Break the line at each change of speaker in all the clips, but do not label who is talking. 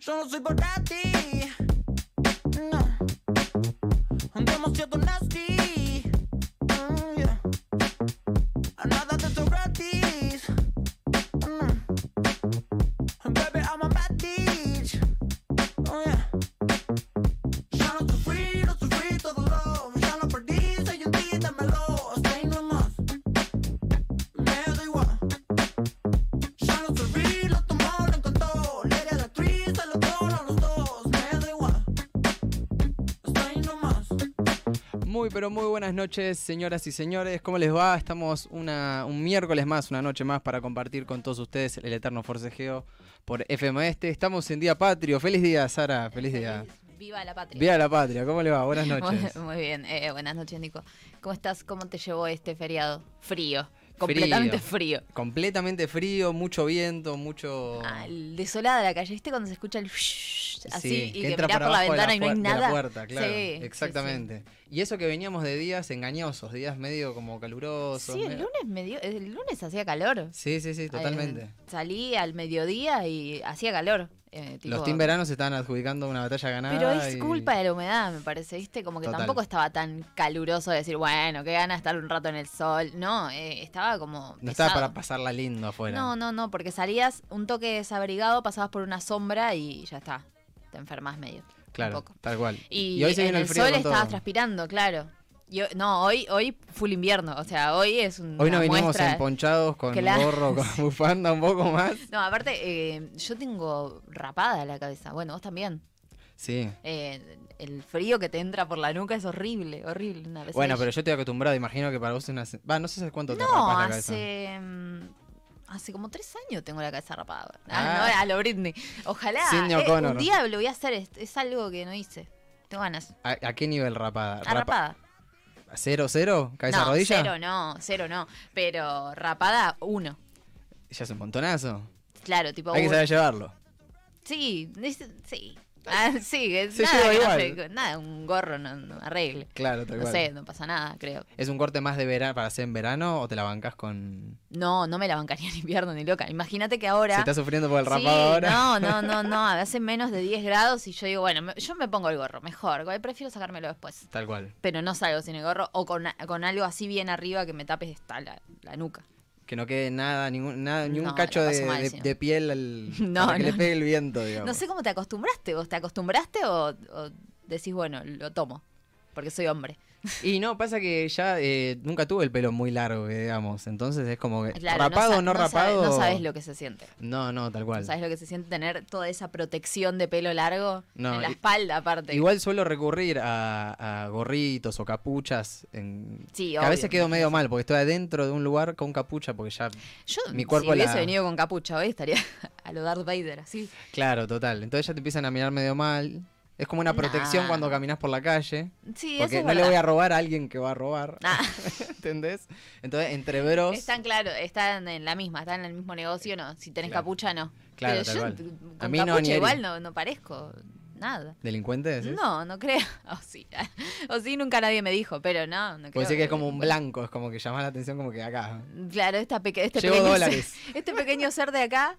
Yo no soy para ti. No. Demasiado nasty. Mm, yeah. Nada de eso gratis. Mm. Baby, I'm a bad bitch. Oh, yeah. Ya no sufrí, no sufrí todo lo. Ya lo perdí, soy un ti, dámelo. Hasta ahí nomás. Me da igual. Ya lo serví, lo tomó, lo encantó. Le di a la actriz, se lo doy a los dos. Me da igual. Hasta ahí nomás.
Muy, pero muy buenas noches, señoras y señores. ¿Cómo les va? Estamos una- un miércoles más, una noche más para compartir con todos ustedes el Eterno Forcejeo por FM Este. Estamos en Día Patrio. Feliz día, Sara. Feliz día.
Viva la patria.
Día de la Patria. ¿Cómo le va? Buenas noches.
Muy, muy bien, Eh, buenas noches Nico. ¿Cómo estás? ¿Cómo te llevó este feriado? Frío, completamente frío.
Completamente frío, mucho viento, mucho...
Ah, desolada la calle, ¿viste cuando se escucha el shhh, así
Oh. Sí,
y que,
entra
mirás
para
por la
abajo de
ventana y no hay
puer- de
nada?
la puerta, claro.
Sí, sí, sí.
Exactamente. Y eso que veníamos de días engañosos, días medio como
Sí,
calurosos.
el
medio-
lunes me dio- el lunes hacía calor.
Sí, sí, sí, totalmente.
Eh, salí al mediodía y hacía calor. eh, tipo-
Los Team Verano se estaban adjudicando una batalla ganada.
Pero es
y-
culpa de la humedad, me parece, ¿viste? Como que
Total.
tampoco estaba tan caluroso de decir, bueno, qué gana estar un rato en el sol. No, eh, estaba como.
No estaba
pesado.
para pasarla lindo afuera.
No, no, no, porque salías un toque desabrigado, pasabas por una sombra y ya está. Te enfermas medio.
claro,
un poco.
tal cual.
Y,
hoy se
en
viene
el,
el frío
sol
con todo.
estabas transpirando, claro. Y hoy- no, hoy, hoy full invierno. O sea, hoy es un.
Hoy nos venimos emponchados con
Claro.
gorro, con bufanda un poco más.
No, aparte, eh, yo tengo rapada la cabeza. Bueno, vos también.
Sí.
Eh, el frío que te entra por la nuca es horrible, horrible. Una vez
Bueno, pero yo estoy acostumbrado, imagino que para vos es una... se- Va, no sé hace cuánto te
Pues No,
rapas la cabeza.
hace. mm, Hace como tres años tengo la cabeza rapada.
Ah.
Ah, no, a lo Britney. Ojalá.
Sidney
eh,
O'Connor.
un día lo voy a hacer. Es, es algo que no hice. Tengo ganas.
¿A, a qué nivel rapada?
Ah, rapada.
Rapa- ¿Cero, cero? ¿Cabeza,
no,
rodilla?
cero no, cero no. Pero rapada, uno.
Ya es un montonazo.
Claro, tipo.
Hay que
uno.
saber llevarlo.
Sí, es- sí. Ah, sí, es
Se lleva
nada, que no
igual.
se- nada, un gorro no, no arregle.
Claro, tal
No
cual.
sé, no pasa nada, creo.
¿Es un corte más de verano para hacer en verano o te la bancas con...
No, no me la bancaría en invierno ni loca. Imagínate que ahora.
¿Se está sufriendo por el rapado
Sí,
ahora?
No, no, no, no. Hace menos de 10 grados y yo digo, bueno, me- yo me pongo el gorro, mejor. güey, Prefiero sacármelo después.
Tal cual.
Pero no salgo sin el gorro o con, con algo así bien arriba que me tape hasta la, la nuca.
Que no quede nada, ningún, nada, ni un
No,
cacho
la
de,
paso mal,
de-
si no.
de piel al,
No,
para que
no,
le pegue el viento, digamos.
No sé cómo te acostumbraste vos. ¿Te acostumbraste o, o decís, bueno, lo tomo? Porque soy hombre.
Y no, pasa que ya eh, nunca tuve el pelo muy largo, que digamos. Entonces es como que
Claro,
Eh, rapado o
sa-
no,
sabe-
rapado.
no sabes lo que se siente.
No, no, tal cual.
No sabes lo que se siente tener toda esa protección de pelo largo
No,
en la
y-
espalda, aparte.
Igual suelo recurrir a, a gorritos o capuchas. En...
Sí,
que a
obvio,
veces quedo
me
medio mal porque estoy adentro de un lugar con capucha porque ya...
Yo,
mi cuerpo
si hubiese
la-
venido con capucha hoy, estaría a lo Darth Vader, así.
Claro, total. Entonces ya te empiezan a mirar medio mal. Es como una protección
Nah.
cuando caminas por la calle.
Sí, eso
porque
es
no
verdad.
le voy a robar a alguien que va a robar.
Ah.
¿Entendés? Entonces, entre bros...
Están, claro, están en la misma, están en el mismo negocio, no. Si tenés
Claro.
capucha, no.
Claro,
Pero
tal
yo
cual.
t- con
A mí no,
capucha
ni Eri.
igual no, no parezco nada.
¿Delincuentes? decís?
No, no creo. O sí, o sí, nunca nadie me dijo, pero no, no creo.
Porque sé que es como un blanco, es como que llama la atención como que acá.
Claro, esta peque- este,
Llevo
pequeño
dólares.
Ser, este pequeño ser de acá,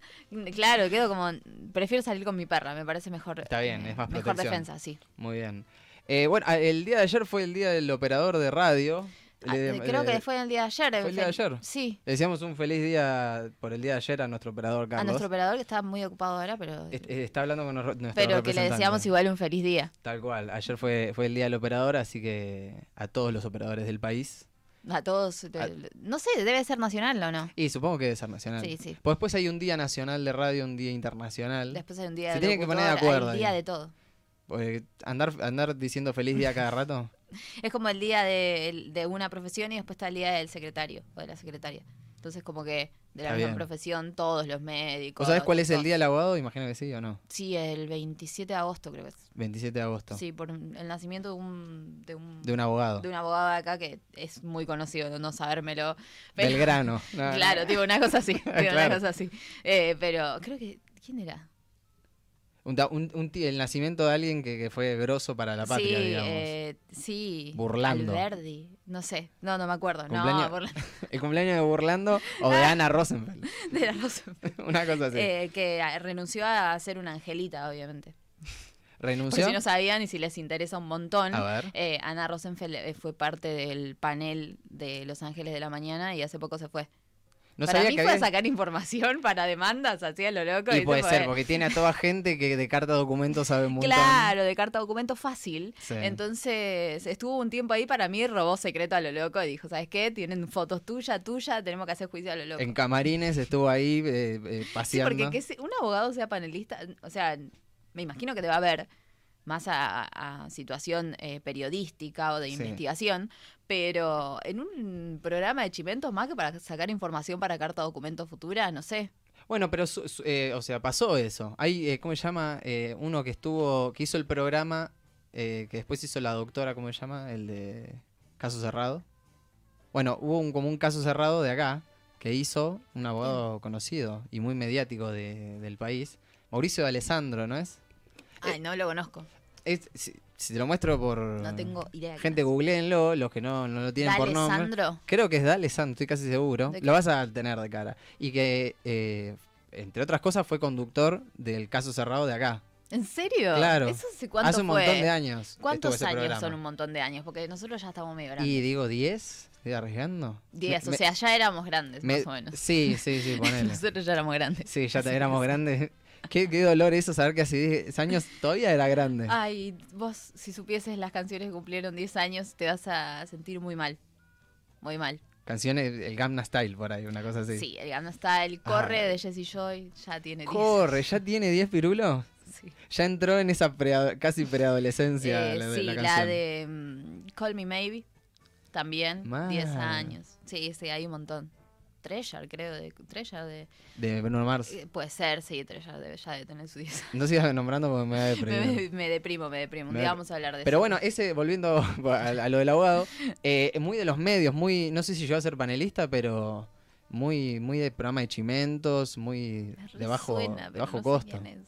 claro, quedo como, prefiero salir con mi perra, me parece mejor.
Está bien, es más
Mejor
protección.
defensa, sí.
Muy bien. Eh, bueno, a- el día de ayer fue el día del operador de radio.
Ah,
Le-
creo
le-
que fue el día de ayer.
¿Fue el día de
Fel-
ayer?
Sí,
Le decíamos un feliz día por el día de ayer a nuestro operador
a
Carlos.
nuestro operador que estaba muy ocupado ahora, pero...
Es- es- Está hablando con nuestro nuestro
Pero que le
representante.
deseamos igual un feliz día
Tal cual. Ayer fue, fue el día del operador, así que a todos los operadores del país.
a todos.
A-
No sé, debe ser nacional o no.
Y supongo que debe ser nacional.
Sí, sí.
Pues después hay un día nacional de radio, un día internacional.
Después hay un día
Se
del
tienen que poner de
locutor, hay
acuerdo
El día
ahí.
de todo.
Eh, andar, andar diciendo feliz día cada rato.
Es como el día de, de una profesión y después está el día del secretario o de la secretaria. Entonces, como que de la
Está
misma
bien.
profesión, todos los médicos.
¿Vos sabés cuál es el
todos.
día del abogado? Imagino que sí o no.
Sí, el 27 de agosto, creo que es.
27 de agosto.
Sí, por un- el nacimiento de un. De un
De un abogado.
de un abogado de acá que es muy conocido, no sabérmelo. pero-
Belgrano. Ah, No, no.
Claro, tipo una cosa así. tipo una
Claro.
cosa así. Eh, pero creo que. ¿Quién era?
Un ta- un- un ti- el nacimiento de alguien que, que fue grosso para la patria,
sí,
digamos.
eh, sí.
Burlando.
Alberdi. No sé. No, no me acuerdo. No,
Cumpleaños-
burla-
El cumpleaños de Burlando o de Ana Rosenfeld.
de la Rosa.
Una cosa así.
Ah. Eh, que ah, renunció a ser una angelita, obviamente. Por
¿Renunció?
si no sabían y si les interesa un montón,
A ver.
eh, Ana Rosenfeld eh, fue parte del panel de Los Ángeles de la Mañana y hace poco se fue.
No
para
sabía
mí
que
fue a
había-
sacar información para demandas, así a lo loco. eh,
Y
se
puede
fue.
ser, porque tiene a toda gente que de carta de documentos sabe mucho.
Claro, de carta a documento fácil.
Sí.
Entonces estuvo un tiempo ahí para mí, robó secreto a lo loco. y Dijo, ¿sabes qué? Tienen fotos tuya, tuya, tenemos que hacer juicio a lo loco.
En camarines estuvo ahí eh, eh,
Sí,
paseando.
porque que se- un abogado sea panelista, o sea, me imagino que te va a ver más a, a- a situación eh, periodística o de
Sí.
investigación, pero en un programa de chimentos más que para sacar información para carta documento futura, no sé.
Bueno, pero, su- su- eh, o sea, pasó eso. Hay, eh, ¿cómo se llama? Eh, uno que estuvo, que hizo el programa, eh, que después hizo la doctora, ¿cómo se llama? El de Caso Cerrado. Bueno, hubo un, como un caso cerrado de acá, que hizo un abogado conocido y muy mediático de- del país. Mauricio de Alessandro, ¿no es? Eh,
Ay, no lo conozco,
Es- si, si te lo muestro por...
no tengo idea. de quién
eh, Gente,
es.
googleenlo, los que no, no lo tienen por nombre.
D'Alessandro.
Creo que es Dale Santo, estoy casi seguro.
¿De qué?
Lo vas a tener de cara. Y que, eh, entre otras cosas, fue conductor del caso cerrado de acá.
¿En serio?
Claro.
¿Eso hace cuánto
Hace un
fue?
montón de años. estuvo
¿Cuántos
ese
años
programa.
son un montón de años? Porque nosotros ya estamos medio grandes.
Y digo, ¿10? ¿Estoy arriesgando?
10,
Me-
o sea, ya éramos grandes,
me-
más o menos.
Sí, sí, sí, ponele.
Nosotros ya éramos grandes.
sí, ya te- éramos grandes. Qué, qué dolor eso, saber que hace 10 años todavía era grande.
Ay, vos, si supieses las canciones que cumplieron 10 años, te vas a sentir muy mal. Muy mal.
Canciones, el Gamna Style, por ahí, una cosa
Sí,
así.
el Gangnam Style, Corre
Ay.
de Jesse Joy, ya tiene 10.
Ah. Corre, ¿ya tiene 10 pirulos?
Sí,
Ya entró en esa preado- casi preadolescencia
Eh,
la, de
sí,
la
la,
canción.
de mm, Call Me Maybe, también, 10
Mal.
años. Sí, sí, hay un montón. Treasure, creo, de Treasure de...
de Bruno Mars.
eh, puede ser, sí, Treasure debe ya de tener sus 10 años.
No sigas nombrando porque me va a
Me,
deprimir.
me- me deprimo, me deprimo. Un
Me
día
dep-
vamos a hablar de
Pero
eso.
bueno, ese, volviendo a, a lo del abogado, eh, muy de los medios, muy, no sé si yo a ser panelista, pero muy, muy de programa de chimentos, muy
Me
de bajo,
resuena,
de
pero
bajo
no sé
costo.
quién es.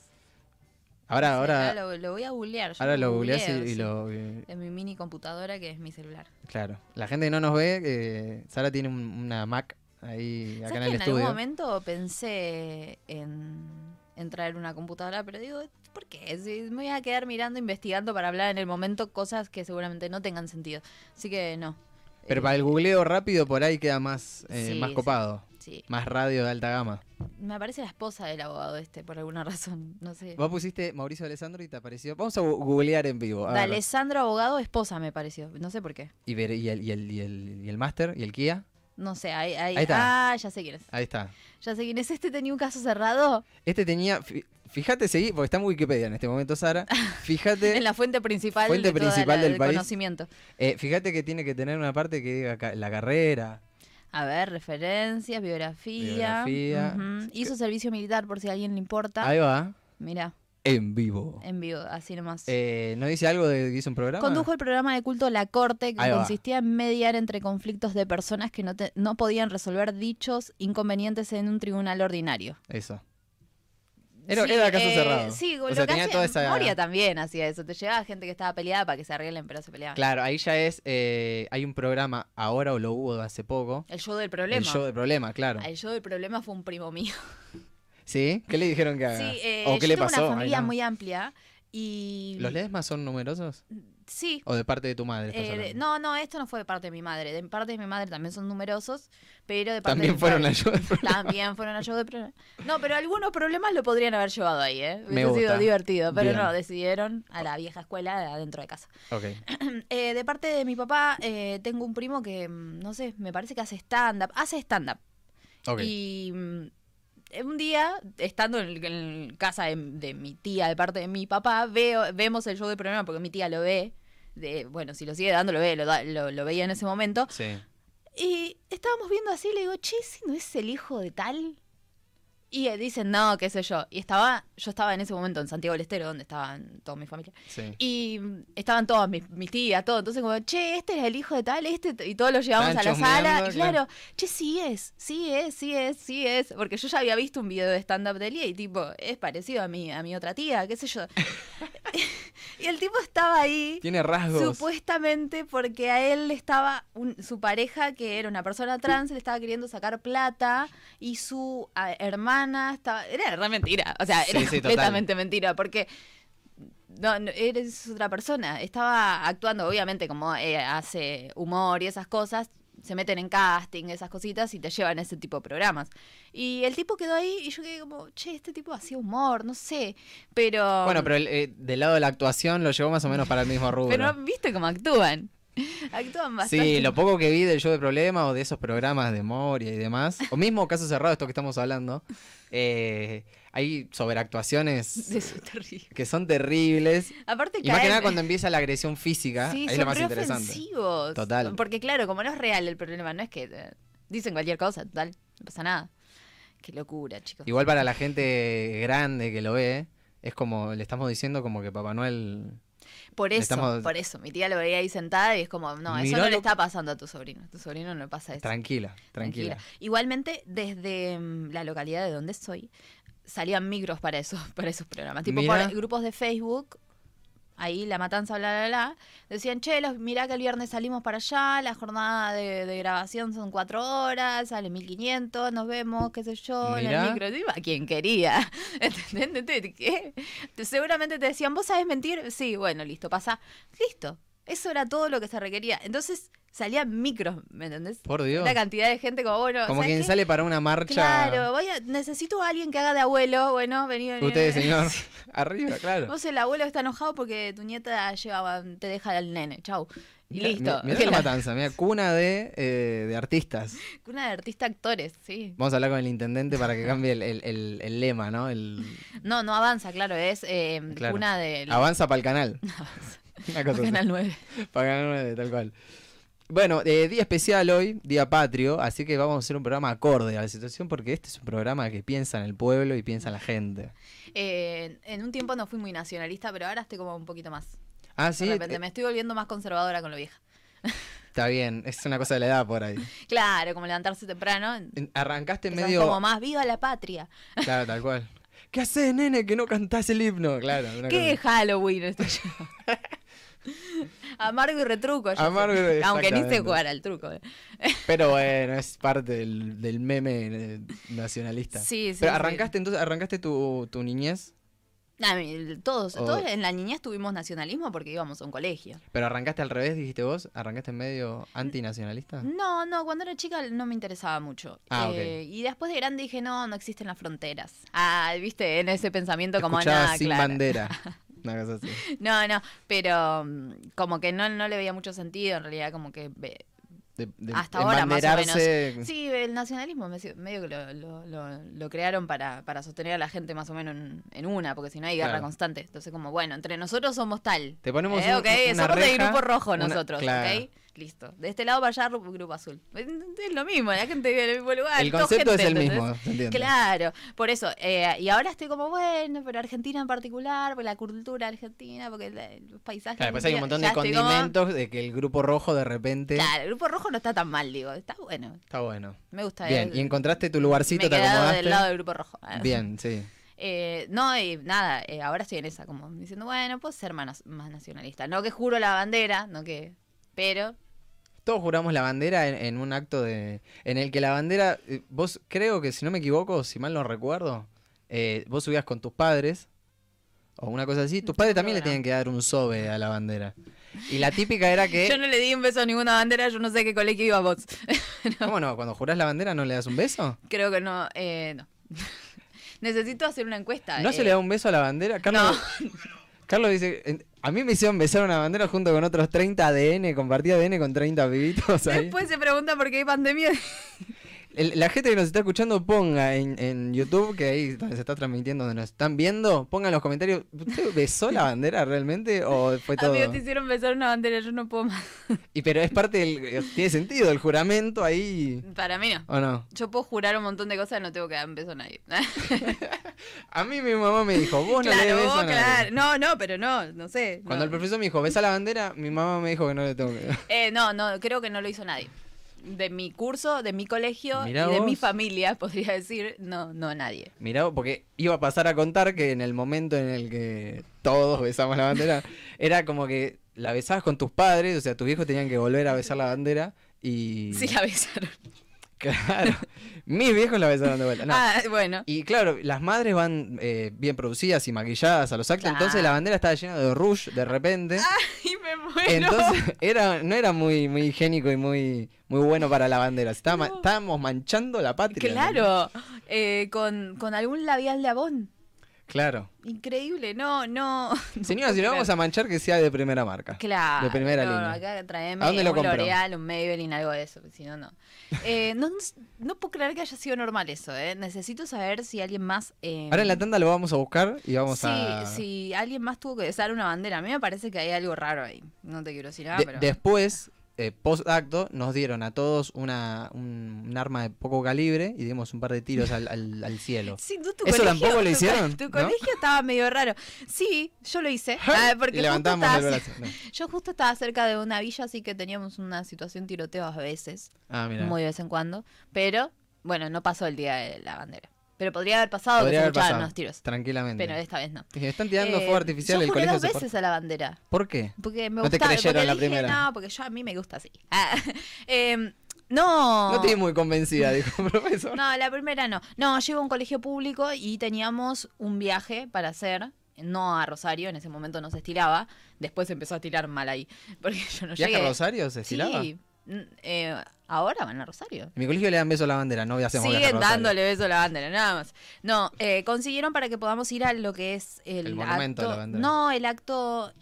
Ahora,
Sí,
ahora,
lo, lo voy a googlear. yo
ahora lo googleás y,
googleo,
y
sí.
lo. eh,
En mi mini computadora que es mi celular.
claro. La gente que no nos ve, eh, Sara tiene un- una Mac ahí
¿Sabes
acá en el
que en algún
estudio.
momento pensé en, en traer una computadora, pero digo, ¿por qué? Si me voy a quedar mirando, investigando para hablar en el momento cosas que seguramente no tengan sentido. Así que no.
Pero
Eh,
para el googleo rápido, por ahí queda más, eh,
Sí,
más
sí.
copado,
Sí.
más radio de alta gama.
Me aparece la esposa del abogado este, por alguna razón. No sé.
Vos pusiste Mauricio Alessandro y te apareció. Vamos a gu- googlear en vivo. a ver.
Alessandro Abogado, esposa me pareció. No sé por qué.
Y, ver- y el, y el, y el, y el máster y el Kia.
No sé, ahí, ahí-
Ahí está.
Ah, ya sé quién es.
Ahí está.
Ya sé quién es. Este tenía un caso cerrado
Este tenía. fi- Fíjate, seguí, porque está en Wikipedia en este momento, Sara. Fíjate,
en la fuente principal,
Eh, Fuente
de toda la-
principal del
del
país.
conocimiento.
eh, fíjate que tiene que tener una parte que diga ca- la carrera.
A ver, referencias, biografía.
Biografía.
Ujú. Hizo servicio militar por si a alguien le importa.
Ahí va.
Mira,
En vivo.
en vivo, así nomás.
Eh, ¿No dice algo de que hizo un programa?
Condujo el programa de culto La Corte, que
Ahí va.
consistía en mediar entre conflictos de personas que no, te- no podían resolver dichos inconvenientes en un tribunal ordinario.
Eso. Era,
Sí,
era caso
eh,
cerrado.
Sí,
o
lo
sea,
que
tenía
hacía-
toda esa.
Moria también hacía eso. Te llegaba gente que estaba peleada para que se arreglen, pero se peleaban.
Claro, ahí ya es. eh, hay un programa ahora o lo hubo hace poco.
El show del problema.
El show de problema, claro.
Ah, el show del problema fue un primo mío.
¿Sí? ¿Qué le dijeron que haga?
Sí, eh,
Ah. ¿O
yo
qué le
tengo
pasó? Ay,
una familia
no.
muy amplia y...
¿Los Ledesma son numerosos?
Sí,
¿O de parte de tu madre? estás
Eh, de-
hablando?
no, no, esto no fue de parte de mi madre. De parte de mi madre también son numerosos, pero de parte de
También
mi
fueron
padre-
ayudas.
También fueron ayuda de problema. No, pero algunos problemas lo podrían haber llevado ahí, ¿eh?
Me
Hubiese
gusta.
sido divertido, pero
Bien.
no, decidieron a la vieja escuela de adentro de casa.
ok.
Eh, de parte de mi papá, eh, tengo un primo que, mm, no sé, me parece que hace stand-up. Hace stand-up.
ok.
Y mm, eh, un día, estando en, en casa de, de mi tía, de parte de mi papá, veo, vemos el show de programa porque mi tía lo ve. De, bueno, si lo sigue dando, lo ve, lo, da- lo- lo veía en ese momento.
Sí.
Y estábamos viendo así, le digo, che, si no es el hijo de tal. Y eh, dicen, no, qué sé yo. Y estaba, yo estaba en ese momento en Santiago del Estero, donde estaban toda mi familia.
Sí.
Y mm, estaban todas mis, mis tías, todo. Entonces, como, che, este es el hijo de tal, este. Y todos lo llevamos a la
Estaban
sala.
chusmeando,
Y claro,
claro.
che, sí es, sí es, sí es, sí es. Porque yo ya había visto un video de stand-up de él y, tipo, es parecido a mi, a mi otra tía, qué sé yo. y el tipo estaba ahí.
Tiene rasgos.
Supuestamente porque a él le estaba un- su pareja, que era una persona trans, le estaba queriendo sacar plata y su a, hermana estaba... Era re mentira, o sea,
Sí,
era
sí, total.
completamente mentira, porque no, no, eres otra persona, estaba actuando, obviamente como eh, hace humor y esas cosas, se meten en casting, esas cositas y te llevan a ese tipo de programas. Y el tipo quedó ahí y yo quedé como, che, este tipo hacía humor, no sé, pero...
Bueno, pero el, eh, del lado de la actuación lo llevó más o menos para el mismo rubro.
Pero viste cómo actúan. Actúan bastante.
Sí, lo poco que vi del show de problemas o de esos programas de Moria y demás, o mismo caso cerrado, esto que estamos hablando, eh, hay sobreactuaciones
Eso es terrible.
que son terribles.
Aparte
Y más que
caen-
nada cuando empieza la agresión física,
Sí,
ahí es
son
lo más
re
interesante.
ofensivos.
Total.
Porque claro, como no es real el problema, no es que eh, dicen cualquier cosa, total, no pasa nada. Qué locura, chicos.
Igual para la gente grande que lo ve, es como, le estamos diciendo como que Papá Noel...
por eso,
estamos-
por eso, mi tía lo veía ahí sentada y es como, no, eso
Mirá
no le
lo-
está pasando a tu sobrino. A tu sobrino no le pasa eso.
Tranquila, tranquila.
Igualmente, desde mm, la localidad de donde soy, salían micros para esos, para esos programas. Tipo
Mirá.
por grupos de Facebook, ahí la matanza, bla, bla, bla. Decían, che, los, mirá que el viernes salimos para allá, la jornada de, de grabación son cuatro horas, sale 1500, nos vemos, qué sé yo, en
Mirá.
el micro. Yo iba a quien quería. ¿Entendés? ¿Qué? Te- Seguramente te decían, ¿vos sabés mentir? Sí, bueno, listo, pasa. Listo. Eso era todo lo que se requería. Entonces salían micros, ¿me entendés?
Por Dios.
Una cantidad de gente como, bueno,
Como
¿sabes
quien
qué?
sale para una marcha...
Claro, voy a- necesito a alguien que haga de abuelo, bueno, vení, vení.
Ustedes,
vení.
señor, arriba, claro.
Vos el abuelo está enojado porque tu nieta lleva, te deja al nene, chau. Y
Mirá,
listo.
mi- Mirá
Que
la
la-
matanza, mirá, cuna de, eh, de artistas.
Una de artista actores, sí.
Vamos a hablar con el intendente para que cambie el, el- el- el lema, ¿no? El,
No, no avanza, claro, es eh,
claro.
una de
Avanza para el canal. Una cosa
Canal 9.
Para Canal 9, tal cual. Bueno, eh, día especial hoy, día patrio, así que vamos a hacer un programa acorde a la situación porque este es un programa que piensa en el pueblo y piensa en la gente.
Eh, en un tiempo no fui muy nacionalista, pero ahora estoy como un poquito más.
Ah,
De
sí,
repente
eh,
me estoy volviendo más conservadora con lo vieja.
está bien, es una cosa de la edad por ahí.
Claro, como levantarse temprano.
En- Arrancaste
que sos
medio...
Como más viva la patria.
Claro, tal cual. ¿Qué haces, nene, que no cantás el himno? Claro. una cosa
¿Qué
así.
Halloween estoy yo? Amargo y retruco. yo
Amargo y
sé.
re-
Aunque ni sé
exactamente.
jugar al truco. eh.
Pero bueno, es parte del, del meme eh, nacionalista.
Sí, sí,
Pero
sí.
arrancaste entonces, arrancaste tu, tu niñez,
A mí, todos,
O-
todos en la niñez tuvimos nacionalismo porque íbamos a un colegio.
pero arrancaste al revés, dijiste vos, arrancaste en medio antinacionalista.
No, no, cuando era chica no me interesaba mucho. Eh,
Ah, ok.
Y después de grande dije, no, no existen las fronteras. Ah, viste, en ese pensamiento como
Escuchaba
nada,
sin
claro.
bandera. Una cosa así.
No, no, pero mm, como que no, no le veía mucho sentido, en realidad como que ve-
De- de-
Hasta ahora, más o
embanderarse-
Sí, el nacionalismo me- medio que lo, lo- lo- lo crearon para, para sostener a la gente más o menos en, en una, porque si no hay guerra
Claro.
constante. Entonces, como, bueno, entre nosotros somos tal.
Te ponemos
Eh,
un-
ok,
una
somos de
reja,
grupo rojo
una-
nosotros,
claro.
ok. Listo. De este lado para allá, ru- grupo azul. Es lo mismo, la gente vive en el mismo lugar.
El
todo
concepto
gente,
es el
¿entendés?
mismo, ¿se entiende?
Claro, por eso. eh, y ahora estoy como, bueno, pero Argentina en particular, porque la cultura argentina, porque la- los paisajes.
Claro, pues hay un montón
argentinos, ya
de
estoy como-
condimentos de que el grupo rojo de repente
Claro, el grupo rojo no está tan mal, digo. Está bueno.
está bueno.
Me gusta
Bien,
el-
y encontraste tu
me
lugarcito,
he
te
quedado
acomodaste.
del lado del grupo rojo. Ah.
Bien, sí.
Eh, no, y nada, eh, ahora estoy en esa, como diciendo, bueno, puedo ser más, más nacionalista. No que juro la bandera, no que. Pero.
Todos juramos la bandera en, en un acto de. En el que la bandera. eh, Vos, creo que si no me equivoco, si mal no recuerdo, eh, vos subías con tus padres o una cosa así. Tus padres también le
Seguro
tienen que dar un sobe a la bandera. Y la típica era
Yo
que.
no le di un beso a ninguna bandera, yo no sé qué colegio iba vos.
¿Cómo no? Cuando jurás la bandera, ¿no le das un beso?
Creo que no. eh, no. Necesito hacer una encuesta.
¿No se
eh,
le da un beso a la bandera? Carlos, Carlos dice. "En- A mí me hicieron besar una bandera junto con otros 30 ADN, compartí ADN con 30 pibitos ahí.
Después se pregunta por qué hay pandemia.
el- la gente que nos está escuchando ponga en, en YouTube, que ahí donde se está transmitiendo, donde nos están viendo, ponga en los comentarios, ¿usted besó la bandera realmente o fue todo?
Amigos, te hicieron besar una bandera, yo no puedo más.
Y pero es parte del, eh, tiene sentido, el juramento ahí,
Para mí no.
¿o no?
Yo puedo jurar un montón de cosas, no tengo que dar un beso a nadie.
A mí mi mamá me dijo, vos no le
claro,
des beso
vos,
a nadie".
claro. No, no, pero no, no sé.
Cuando el
no.
profesor me dijo, besa la bandera, mi mamá me dijo que no le tengo que
Eh, no, no, creo que no lo hizo nadie. De mi curso, de mi colegio
Mirá
y de mi
vos.
familia, podría decir, no, no nadie.
Mirá, porque iba a pasar a contar que en el momento en el que todos besamos la bandera, era como que la besabas con tus padres, o sea, tus viejos tenían que volver a besar la bandera y...
Sí la besaron.
Claro, mis viejos la besaron de vuelta. no.
Ah, bueno.
Y claro, las madres van eh, bien producidas y maquilladas a los actos,
Claro. Ah,
entonces la bandera estaba llena de rouge de repente.
Ay, me muero.
Entonces era, no era muy, muy higiénico y muy, muy bueno para la bandera. Estaba ma- Estábamos manchando la patria. ¿no?
claro, eh, con, con algún labial de abón.
Claro.
Increíble, no, no. no
Señora, si
puedo
lo vamos
creer.
a manchar, que sea de primera marca.
Claro.
De primera
no, no,
línea.
Acá traeme
¿A dónde lo
un
compró?
L'Oreal, un Maybelline, algo de eso, porque si no, no. Eh, no. No puedo creer que haya sido normal eso, ¿eh? Necesito saber si alguien más. eh,
Ahora en la tanda lo vamos a buscar y vamos
sí,
a.
sí, alguien más tuvo que besar una bandera. A mí me parece que hay algo raro ahí. No te quiero decir nada,
De-
pero.
Después, eh, post acto, nos dieron a todos una, un, un arma de poco calibre y dimos un par de tiros al, al- al cielo.
Sí, tú, tu
Eso
colegio-
tampoco lo
tu co-
hicieron,
Tu,
¿no?
colegio estaba medio raro. Sí, yo lo hice. ah, porque
y
justo
levantamos
estaba
el brazo.
cer-
No.
Yo justo estaba cerca de una villa, así que teníamos una situación tiroteo a veces,
Ah, mira.
muy de vez en cuando. Pero, bueno, no pasó el día de la bandera. Pero podría haber pasado
Podría
que se
haber
escuchaban
pasado,
los tiros.
tranquilamente.
Pero esta vez no.
Dije, Están tirando
Eh,
fuego artificial
yo
el
juré
colegio.
dos
se por-
veces a la bandera.
¿Por qué?
Porque me
No te
gustaba.
creyeron
porque
la
le dije,
primera.
no, porque yo a mí me gusta así. Ah, em, no.
No te vi muy convencida, dijo el profesor.
No, la primera no. No, llego a un colegio público y teníamos un viaje para hacer. No a Rosario, en ese momento no se estilaba. Después empezó a tirar mal ahí. Porque yo no
¿Viaje
llegué.
a Rosario? ¿Se estilaba?
Sí. n- eh, ahora van a Rosario.
En mi colegio le dan beso a la bandera, no hacemos viaje a
Siguen
Rosario.
dándole beso a la bandera, nada más. No, eh, consiguieron para que podamos ir a lo que es el,
El monumento a la
acto-
bandera.
No, el acto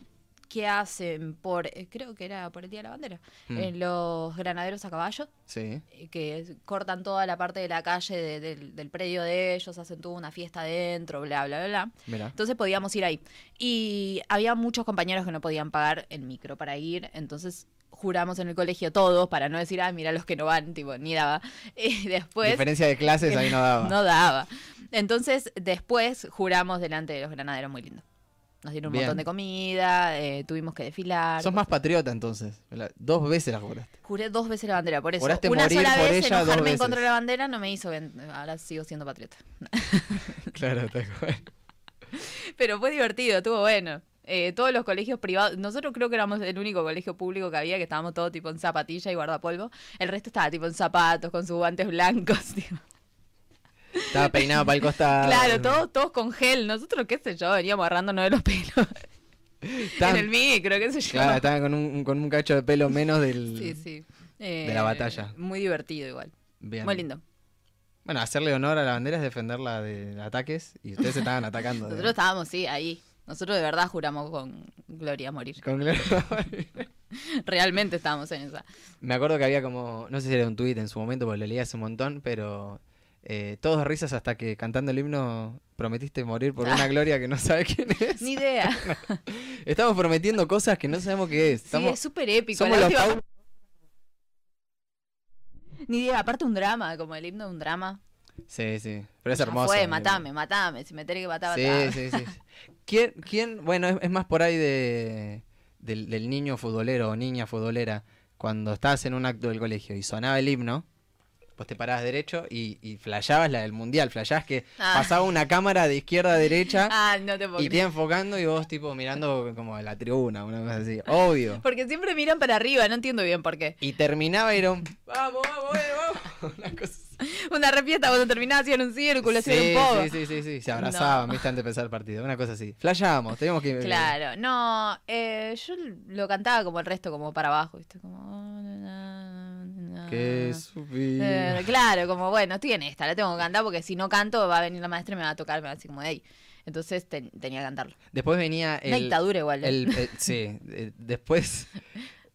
que hacen por, eh, creo que era por el Día de la Bandera,
Hmm.
en los granaderos a caballo
Sí.
eh, que es- cortan toda la parte de la calle de- del, del predio de ellos, hacen toda una fiesta adentro, bla, bla, bla, bla.
Mira.
Entonces podíamos ir ahí. Y había muchos compañeros que no podían pagar el micro para ir, entonces juramos en el colegio todos para no decir, ah, mira los que no van, tipo, ni daba. Y después...
Diferencia de clases ahí no daba.
No daba. Entonces, después juramos delante de los granaderos, muy lindo. Nos dieron un
Bien.
montón de comida, eh, tuvimos que desfilar.
Sos más patriota entonces. La- Dos veces la juraste.
Juré dos veces la bandera, por eso.
Juraste
Una
morir
sola
por
vez
ella dos
enojarme en
veces.
contra de la bandera no me hizo. ven- Ahora sigo siendo patriota.
Claro, tal cual.
Pero fue divertido, estuvo bueno. Eh, todos los colegios privados, nosotros creo que éramos el único colegio público que había, que estábamos todos tipo en zapatilla y guardapolvo. El resto estaba tipo en zapatos, con sus guantes blancos. tipo.
Estaba peinado para el costado.
Claro, todos, todos con gel. Nosotros, qué sé yo, veníamos agarrándonos de los pelos
Estaban-
en el micro, qué sé yo.
Claro, estaban con un, con un cacho de pelo menos del.
Sí, sí.
Mm.
Eh,
De la batalla.
Muy divertido igual.
Bien.
Muy lindo.
Bueno, hacerle honor a la bandera es defenderla de ataques y ustedes se estaban atacando. de-
Nosotros estábamos, sí, ahí. Nosotros de verdad juramos con Gloria morir.
con gloria.
Realmente estábamos en esa.
Me acuerdo que había como, no sé si era un tuit en su momento, porque lo leí hace un montón, pero eh, todos risas hasta que cantando el himno prometiste morir por una gloria que no sabe quién es.
Ah. Ni idea.
Estamos prometiendo cosas que no sabemos qué es.
sí,
Estamos,
es súper épico.
somos los
La última-
Pau-
Ni idea. Aparte un drama, como el himno de un drama.
Sí, sí, pero es
Ya
hermoso.
Fue,
el
matame,
himno.
matame. Si me tenés que matar,
Sí,
matame.
sí, sí. ¿Quién, quién bueno, es, es más por ahí de, del, del niño futbolero o niña futbolera, cuando estabas en un acto del colegio y sonaba el himno, pues te parabas derecho y, y flasheabas la del mundial, flasheabas que
Ah.
pasaba una cámara de izquierda a derecha
Ah, no te puedo
y te
creer.
iba enfocando y vos tipo mirando como a la tribuna, una cosa así, obvio.
Porque siempre miran para arriba, no entiendo bien por qué.
Y terminaba y era un, vamos, vamos, eh, vamos, una cosa así.
Una refiesta cuando terminaba hacían un círculo, hacían un poco.
sí, sí, sí, sí, se abrazaban, viste, antes de empezar el partido, una cosa así. Flasheábamos, teníamos que...
Claro, no, eh, yo lo cantaba como el resto, como para abajo, ¿viste? Como... "Oh, na, na, na".
Que subí.
Ah. Eh, claro, como bueno, estoy en esta, la tengo que cantar porque si no canto va a venir la maestra y me va a tocar, me va a decir como, hey. Entonces ten- tenía que cantarlo.
Después venía
Una
el...
dictadura igual. ¿eh?
el- eh, sí, eh, después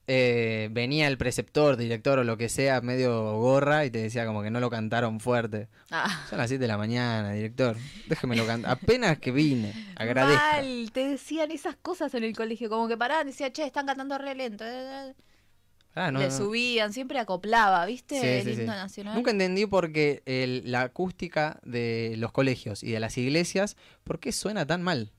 eh, venía el preceptor, director o lo que sea, medio gorra y te decía como que no lo cantaron fuerte.
Ah.
Son las 7 de la mañana, director. Déjemelo cantar. Apenas que vine, agradezco.
Mal, te decían esas cosas en el colegio, como que paraban, decía, che, están cantando re lento. eh, eh".
Ah, no,
Le
no.
subían, siempre acoplaba, ¿viste?
Sí,
el
sí, sí.
himno nacional.
Nunca entendí por qué el- la acústica de los colegios y de las iglesias, ¿por qué suena tan mal?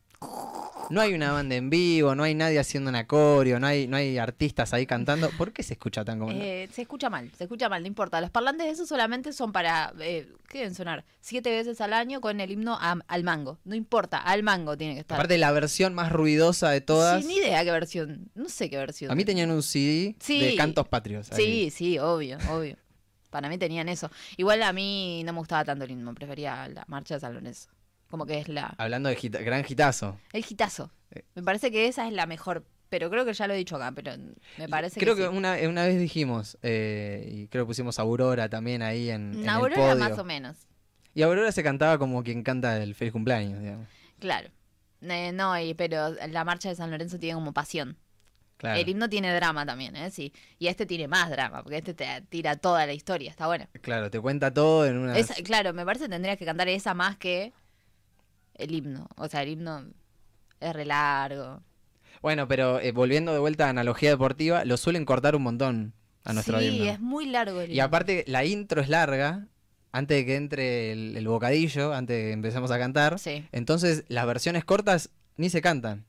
No hay una banda en vivo, no hay nadie haciendo un acorio, no hay, no hay artistas ahí cantando. ¿Por qué se escucha tan como.?
Eh, se escucha mal, se escucha mal, no importa. Los parlantes de eso solamente son para, eh, ¿qué deben sonar? Siete veces al año con el himno am- al mango. No importa, al mango tiene que estar.
Aparte, la versión más ruidosa de todas.
Sin idea qué versión, no sé qué versión.
A mí tenían un CD de
Sí.
cantos patrios. ahí.
Sí, sí, obvio, obvio. Para mí tenían eso. Igual a mí no me gustaba tanto el himno, prefería la marcha de San Lorenzo. Como que es la...
Hablando de gita- gran gitazo.
El hitazo.
Eh.
Me parece que esa es la mejor, pero creo que ya lo he dicho acá, pero me parece
creo que,
sí.
una, una vez dijimos, eh, y creo que pusimos Aurora también ahí en, en el
Aurora
podio.
más o menos.
Y Aurora se cantaba como quien canta el feliz cumpleaños, digamos.
Claro. Eh, no, y- pero la marcha de San Lorenzo tiene como pasión.
Claro.
El himno tiene drama también, ¿eh? Sí. Y este tiene más drama, porque este te tira toda la historia, está bueno.
Claro, te cuenta todo en una.
Esa- claro, me parece que tendrías que cantar esa más que el himno. O sea, el himno es re largo.
Bueno, pero eh, volviendo de vuelta a analogía deportiva, lo suelen cortar un montón a nuestro
sí,
himno.
es muy largo el
Y
himno.
aparte, la intro es larga, antes de que entre el, el bocadillo, antes de que empecemos a cantar.
Sí.
Entonces, las versiones cortas ni se cantan.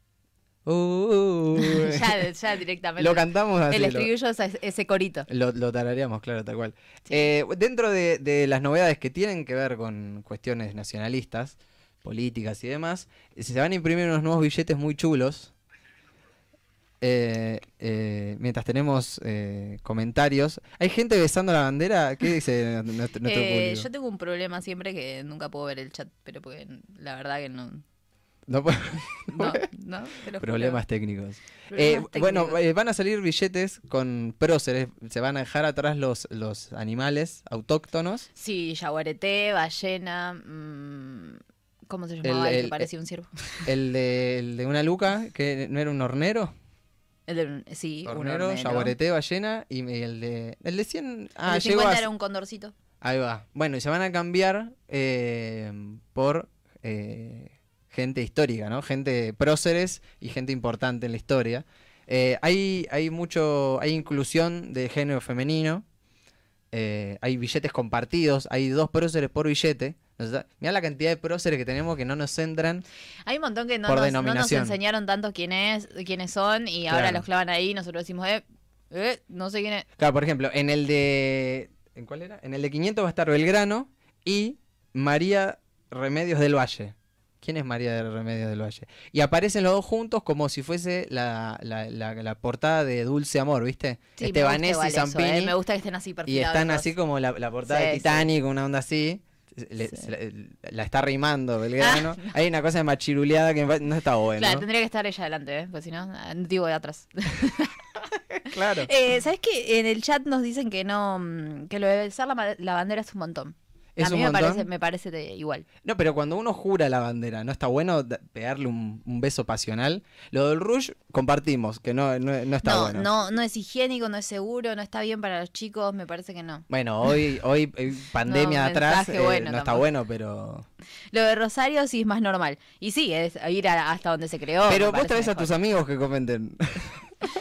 Uh, uh, uh.
ya, ya directamente.
lo cantamos así.
el
lo- Eh,
estribillo es ese- ese corito.
Lo, lo tarareamos, claro, tal cual.
Sí.
Eh, dentro de, de las novedades que tienen que ver con cuestiones nacionalistas, políticas y demás, eh, se van a imprimir unos nuevos billetes muy chulos. Eh, eh, mientras tenemos eh, comentarios, hay gente besando la bandera. ¿Qué dice nuestro, nuestro
Eh,
público?
yo tengo un problema siempre que nunca puedo ver el chat, pero porque la verdad que no.
No puedo-
No, no, te lo juro.
problemas técnicos. Eh,
Problemas
bueno,
técnicos.
eh, van a salir billetes con próceres. Se van a dejar atrás los, los animales autóctonos.
Sí, yaguareté, ballena. mm, ¿Cómo se
El-
llamaba el,
el-
que parecía un ciervo?
El de, el de una luca, que no era un hornero.
El de- sí, un
Hornero,
hornero.
yaguareté, ballena y me- el de. El de 100.
El
Ah,
de
llegó
50
a-
era un condorcito.
Ahí va. Bueno, y se van a cambiar eh, por eh, gente histórica, ¿no? Gente próceres y gente importante en la historia. Eh, hay, hay mucho. Hay inclusión de género femenino. eh, hay billetes compartidos. Hay dos próceres por billete. Mira la cantidad de próceres que tenemos que no nos centran.
Hay un montón que no,
Por
nos, no nos
denominación.
enseñaron tanto quién es, quiénes son y ahora
Claro.
los clavan ahí y nosotros decimos, eh, eh, no sé quién es.
Claro, por ejemplo, en el de. ¿En cuál era? En el de 500 va a estar Belgrano y María Remedios del Valle. ¿Quién es María de Remedios del Valle? Y aparecen los dos juntos como si fuese la, la- la- la portada de Dulce Amor, ¿viste?
Sí, me gusta
Estebanés
igual
y
eso, eh,
Zampini.
Me gusta que estén así
y
perfilados.
están
los
así
dos.
como la, la portada de
Sí, sí.
Titanic, una onda así. Le-
Sí.
se la, la está rimando Belgrano. Hay una cosa de machiruleada que me parece- no está bueno.
Claro, tendría que estar ella adelante, ¿eh? Porque si no, ah, digo de atrás.
claro.
Eh, ¿Sabes qué? En el chat nos dicen que no, mm, que lo de besar la, ma- la bandera es un montón.
Es
a mí
un
me
montón.
parece, me parece de- igual.
No, pero cuando uno jura la bandera, ¿no está bueno da- pegarle un, un beso pasional? Lo del Rush compartimos, que no, no, no está
no,
bueno.
no, no es higiénico, no es seguro, no está bien para los chicos, me parece que no.
Bueno, hoy, hoy eh, pandemia
No,
atrás,
mensaje
eh,
bueno
no está
tampoco.
bueno, pero...
Lo de Rosario sí es más normal. Y sí, es ir a- hasta donde se creó.
pero
me
vos
parece
traes a
mejor.
tus amigos que comenten.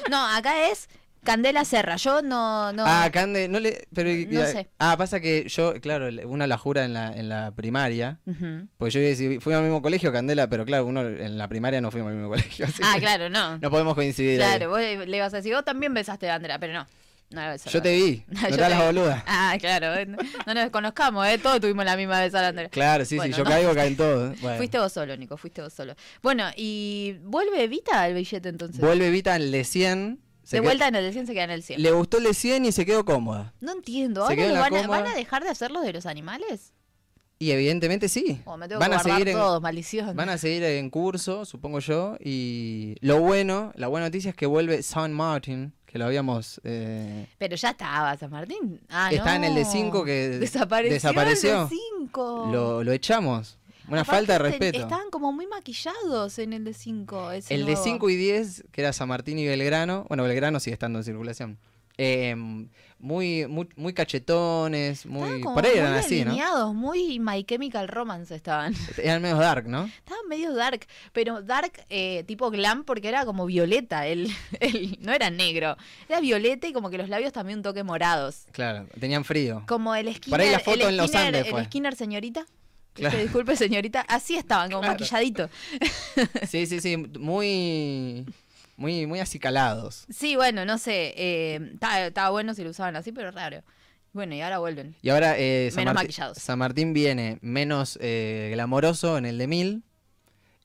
No, acá es Candela Serra. Yo no, no.
Ah, Cande, no le... Pero,
No sé.
Ah, pasa que yo, claro, una la jura en la, en la primaria.
Ujú.
Pues yo iba a decir, fuimos al mismo colegio, Candela, pero claro, uno en la primaria no fuimos al mismo colegio. así
Ah,
que
claro, no.
No podemos coincidir. ahí.
claro, vos le ibas a decir, vos también besaste bandera, pero no. No la besaste.
Yo te vi, no
Yo
te
te
hagas
vi.
boluda.
Ah, claro. eh, No no nos desconozcamos, ¿eh? Todos tuvimos la misma vez a la bandera.
Claro, sí,
Bueno,
sí, yo
no.
caigo, caen todos. Bueno.
Fuiste vos solo, Nico, fuiste vos solo. Bueno, y vuelve Vita el billete entonces.
Vuelve Vita al de 100. se
de
que-
vuelta en el de 100 se queda en el 100.
Le gustó el de 100 y se quedó cómoda.
No entiendo,
Se
¿ahora
queda en
lo
la
van, a,
cómoda.
van a dejar de hacer los de los animales?
Y evidentemente sí.
O Oh, me tengo
van
que
a
guardar
seguir en,
todos, maldición.
Van a seguir en curso, supongo yo. Y lo bueno, la buena noticia es que vuelve San Martin, que lo habíamos... eh,
Pero ya estaba San Martín. Ah,
Está en el de
no.
cinco que
desapareció.
desapareció.
El de 5.
lo, lo echamos. Una
Oh. Aparte,
falta de
ten-
respeto.
Estaban como muy maquillados en el de 5.
El de 5 y 10, que era San Martín y Belgrano, bueno, Belgrano sigue estando en circulación. eh, muy, muy, muy cachetones, muy. Por ahí eran así, ¿no?
alineados, muy My Chemical Romance estaban.
Eran menos dark, ¿no?
Estaban medio dark, pero dark eh, tipo glam porque era como violeta, el, el- no era negro, era violeta y como que los labios también un toque morados.
Claro, tenían frío.
Como el skinner,
Por ahí la foto
el
en los
Skinner-
Andes
el
fue.
Skinner señorita.
Claro.
Este, disculpe señorita, así estaban, como maquilladitos.
Sí, sí, sí, muy. Muy, muy acicalados.
Sí, bueno, no sé, eh, ta- estaba bueno si lo usaban así, pero raro. Bueno, y ahora vuelven.
Y ahora eh, San,
Menos
Marti-
maquillados.
San Martín viene menos eh, glamoroso en el de 1000.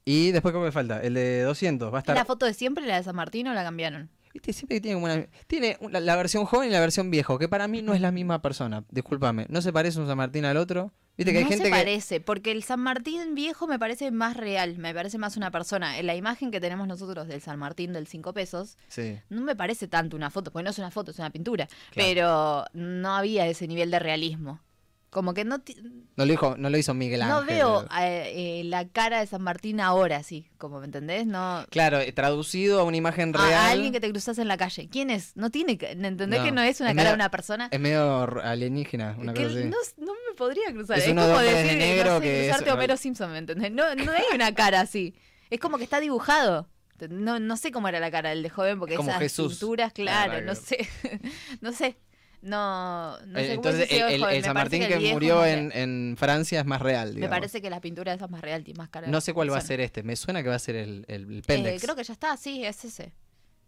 Y después, ¿cómo me falta? El de 200. Va a estar.
¿La foto de siempre, la de San Martín, o la cambiaron?
Viste, siempre que tiene como una. Tiene un- la, la versión joven y la versión viejo, que para mí no es la misma persona. Discúlpame. No se parece un San Martín al otro. Viste que hay
no
gente
se
que.
parece, porque el San Martín viejo me parece más real, me parece más una persona. La imagen que tenemos nosotros del San Martín del 5 pesos
Sí.
no me parece tanto una foto, porque no es una foto, es una pintura. Pero
Claro.
no había ese nivel de realismo. Como que no, ti-
No lo, dijo, no lo hizo Miguel Ángel.
no veo eh, eh, la cara de San Martín ahora, sí, como me entendés, no...
Claro, eh, traducido a una imagen
A-
real.
A, alguien que te cruzas en la calle. ¿Quién es? No tiene. que- ¿Entendés
No,
que no es una
es
cara
medio-
de una persona?
Es medio r- alienígena, una
Eh, que
cosa así.
no, no me podría cruzar.
Es
Es,
uno de
como
hombres de
decir que,
negro
no sé,
que es-
cruzarte a Homero Simpson, ¿me entendés? No, no hay una cara así. Es como que está dibujado. No, no sé cómo era la cara del de joven, porque
Es como
esas
Jesús. Ah,
pinturas, claro,
Claro,
no sé. No sé. No, no
Eh,
sé cómo
Entonces,
se
el,
hizo
el-
joven.
el
Me
San
parece
Martín que,
el viejo, no
murió
sé.
en, en Francia es más real,
Me
digamos.
parece que la pintura esa es más real, tiene más cara. de
No sé cuál va a
persona.
ser este. Me suena que va a ser el, el, el
Eh,
Pendex.
creo que ya está, sí, es ese.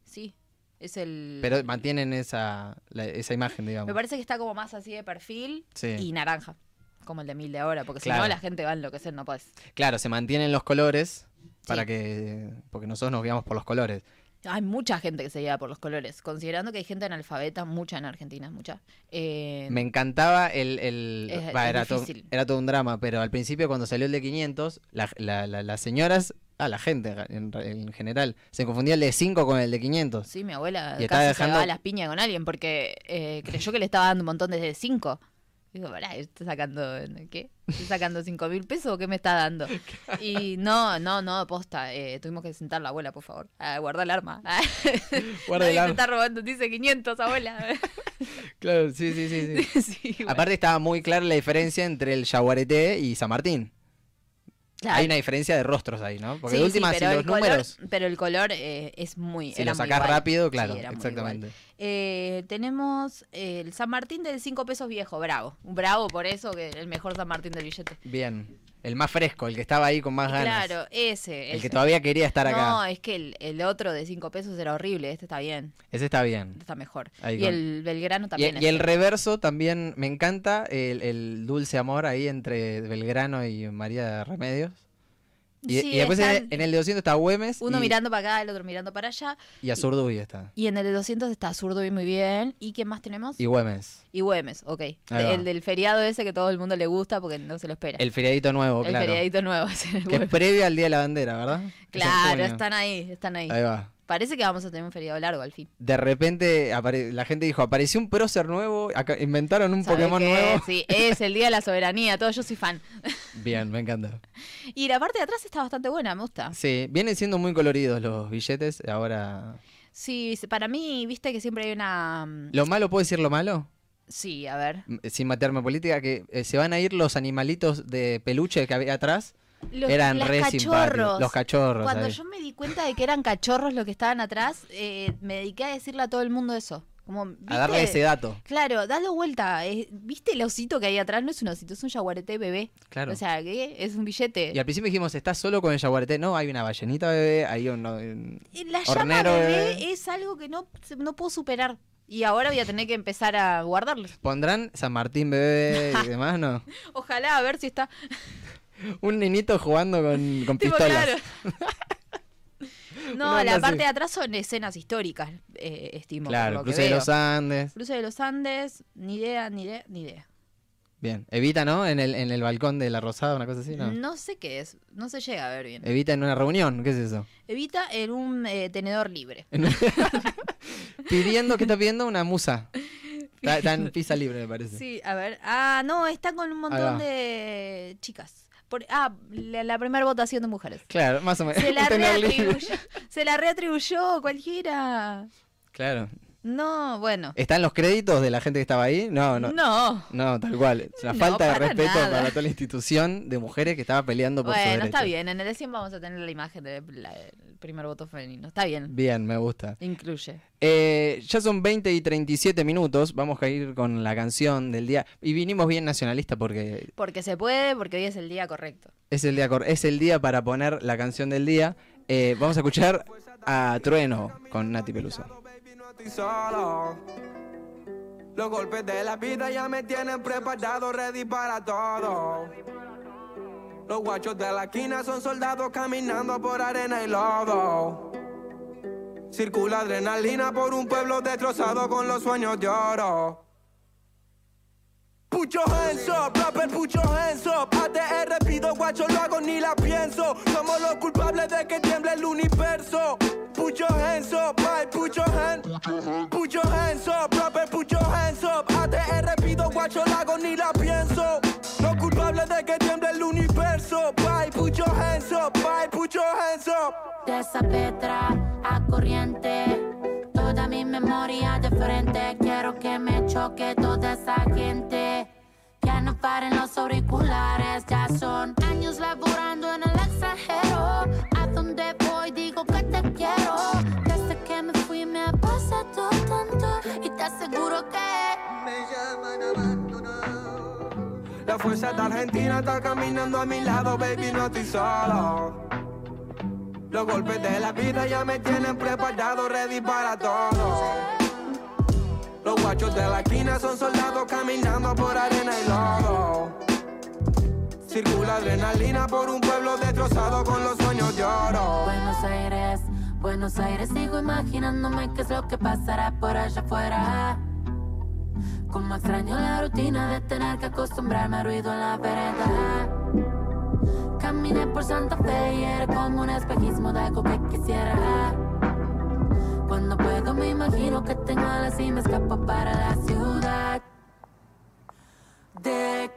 Sí, es el...
Pero mantienen esa, la- esa imagen, digamos.
Me parece que está como más así de perfil
Sí.
y naranja, como el de mil de ahora, porque si
Claro.
no la gente va a enloquecer, no podés.
Claro, se mantienen los colores para
Sí.
que. Porque nosotros nos guiamos por los colores.
Hay mucha gente que se guía por los colores, considerando que hay gente analfabeta, mucha en Argentina, mucha. Eh,
Me encantaba el. el-
Es-
va,
es
era, todo,
difícil.
era todo un drama, pero al principio, cuando salió el de 500, la- la- la- las señoras. Ah, la gente en, en general. Se confundía el de 5 con el de 500.
Sí, mi abuela
Y
casi
está
se
dejando-
va a las piñas con alguien porque eh, creyó que le estaba dando un montón desde cinco. Digo, pará, ¿está sacando eh, qué? ¿Está sacando cinco mil pesos o qué me está dando? Y no, no, no, posta. eh, tuvimos que sentar la abuela, por favor. Ah, guarda el arma. Ah,
Guarda el
nadie te
arma.
está robando, dice 500, abuela.
Claro, sí, sí, sí. sí.
Sí, bueno.
Aparte, estaba muy clara la diferencia entre el Yaguareté y San Martín.
Claro.
Hay una diferencia de rostros ahí, ¿no? Porque de
Sí, sí,
última, si
pero
los
el color-
números.
pero el color eh, es muy.
Si
era
lo
muy
sacás
igual.
rápido,
Sí,
claro,
era muy
exactamente.
igual. Eh, tenemos eh, el San Martín del 5 pesos viejo, bravo. Bravo por eso, que el mejor San Martín del billete.
Bien. El más fresco, el que estaba ahí con más ganas.
Claro, ese.
El
ese.
que todavía quería estar acá.
No, es que el, el otro de 5 pesos era horrible, este está bien,
Ese está bien.
este está mejor.
Ahí
y
con-
el Belgrano
Y,
también.
y el
es-
reverso también me encanta, el, el dulce amor ahí entre Belgrano y María Remedios. Y,
Sí,
y después en el-
están
en el de 200 está Güemes
uno
y,
mirando para acá, el otro mirando para allá.
y Azurduy está.
Y en el de 200 está zurdo y muy bien. ¿Y qué más tenemos?
Y Güemes.
Y Güemes, ok.
va.
El del feriado ese que todo el mundo le gusta porque no se lo espera.
El feriadito nuevo,
El
claro.
feriadito nuevo. ese,
Que es
Güemes.
previo al Día de la Bandera, ¿verdad? Que es en
Claro,
junio.
están ahí, están ahí.
Ahí va.
Parece que vamos a tener un feriado largo al fin.
De repente apare- la gente dijo, apareció un prócer nuevo, acá- inventaron un
¿Sabés
Pokémon
qué?
nuevo.
Sí, es el Día de la Soberanía, todo yo soy fan.
Bien, me encanta.
Y la parte de atrás está bastante buena, me gusta.
Sí, vienen siendo muy coloridos los billetes, ahora...
Sí, se- para mí, viste que siempre hay una... mm,
¿Lo malo puedo decir lo malo?
Sí, a ver.
m- sin meterme en política, que eh, se van a ir los animalitos de peluche que había atrás.
Los,
eran
las
re simpáticos.
cachorros.
Los cachorros.
Cuando
ahí.
yo me di cuenta de que eran cachorros los que estaban atrás, eh, me dediqué a decirle a todo el mundo eso. Como,
A darle
¿viste?
ese dato.
Claro, dale vuelta. eh, ¿Viste el osito que hay atrás? No es un osito, es un jaguarete bebé.
Claro.
O sea, que es un billete.
y al principio dijimos, ¿estás solo con el jaguarete? No, hay una ballenita bebé, hay un... no, un-
Eh, La
Hornero,
llama bebé
bebé.
es algo que no, se- no puedo superar. Y ahora voy a tener que empezar a guardarlos.
¿Pondrán San Martín bebé y demás? No.
Ojalá, a ver si está.
Un nenito jugando con, con
Tipo,
pistolas.
claro.
Una
No,
onda
la parte
así.
de atrás son escenas históricas, eh, estimo.
Claro,
por lo que
cruce de
veo.
los Andes.
Cruce de los Andes, ni idea, ni idea, ni idea.
Bien. Evita, ¿no? En el, en el balcón de la Rosada, una cosa así, ¿no?
No. sé qué es, no se llega a ver bien.
Evita en una reunión, ¿qué es eso?
Evita en un eh, tenedor libre.
Pidiendo, ¿qué está pidiendo? Una musa. Está, está en pizza libre, me parece.
Sí, a ver. Ah, no, está con un
va.
montón de chicas. por- ah, la, la primera votación de mujeres.
Claro, más o menos.
Se la
Un tenor libre.
reatribuyó. se la reatribuyó cualquiera.
Claro.
No, bueno.
¿Están los créditos de la gente que estaba ahí? No, no. No,
No.
tal cual. Es una
No,
falta de
para
respeto
nada.
para toda la institución de mujeres que estaba peleando por su
Bueno, está
derecho.
bien. En el 100 vamos a tener la imagen del primer voto femenino. Está bien.
Bien, me gusta.
Incluye.
Eh, ya son 20 y 37 minutos. Vamos a ir con la canción del día. Y vinimos bien nacionalista porque
Porque se puede, porque hoy es el día correcto.
es el día, cor- es el día para poner la canción del día. Eh, vamos a escuchar a Trueno con Nati Peluso.
Baby, no estoy solo. Los golpes de la vida ya me tienen preparado, ready para todo. Los guachos de la esquina son soldados caminando por arena y lodo. Circula adrenalina por un pueblo destrozado con los sueños de oro. Pucho hands up, rapper, pucho hands up. ATR pido guacho, lo hago ni la pienso. Somos los culpables de que tiemble el universo. Pucho hands up, ay, pucho hands Pucho hands up, rapper, pucho hands up. ATR pido guacho, lo hago ni la pienso. Los culpables de que tiemble el universo. Bye, pucho hands up, bye, pucho hands up.
de esa petra a corriente. Toda mi memoria de frente, quiero que me choque toda esa gente. Ya no paren los auriculares, ya son años laborando en el extranjero. A donde voy digo que te quiero. Desde que me fui me ha pasado tanto y te aseguro que
La fuerza de Argentina está caminando a mi lado, baby, no estoy solo. Los golpes de la vida ya me tienen preparado, ready para todo. Los guachos de la esquina son soldados caminando por arena y lodo. Circula adrenalina por un pueblo destrozado con los sueños de oro.
Buenos Aires, Buenos Aires, sigo imaginándome qué es lo que pasará por allá afuera. Como extraño la rutina de tener que acostumbrarme al ruido en la vereda. Caminé por Santa Fe y era como un espejismo de algo que quisiera. Cuando puedo me imagino que tengo alas y me escapo para la ciudad de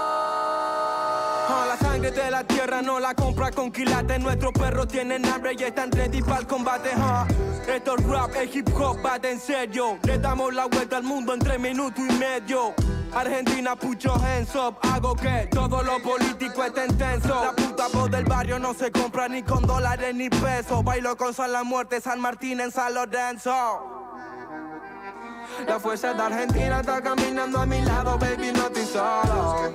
Quilombo.
A la sangre de la tierra no la compra con quilates. Nuestros perros tienen hambre y están ready para el combate. ja. Esto es rap, es hip hop, bate en serio. Le damos la vuelta al mundo en tres minutos y medio. Argentina, pucho hands up. Hago que todo lo político esté intenso. La puta voz del barrio no se compra ni con dólares ni pesos. Bailo con San La Muerte, San Martín en San Lorenzo. La fuerza de Argentina está caminando a mi lado, baby, no estoy solo.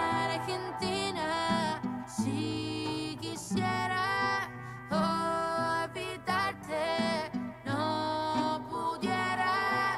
Argentina, si quisiera olvidarte, no pudiera.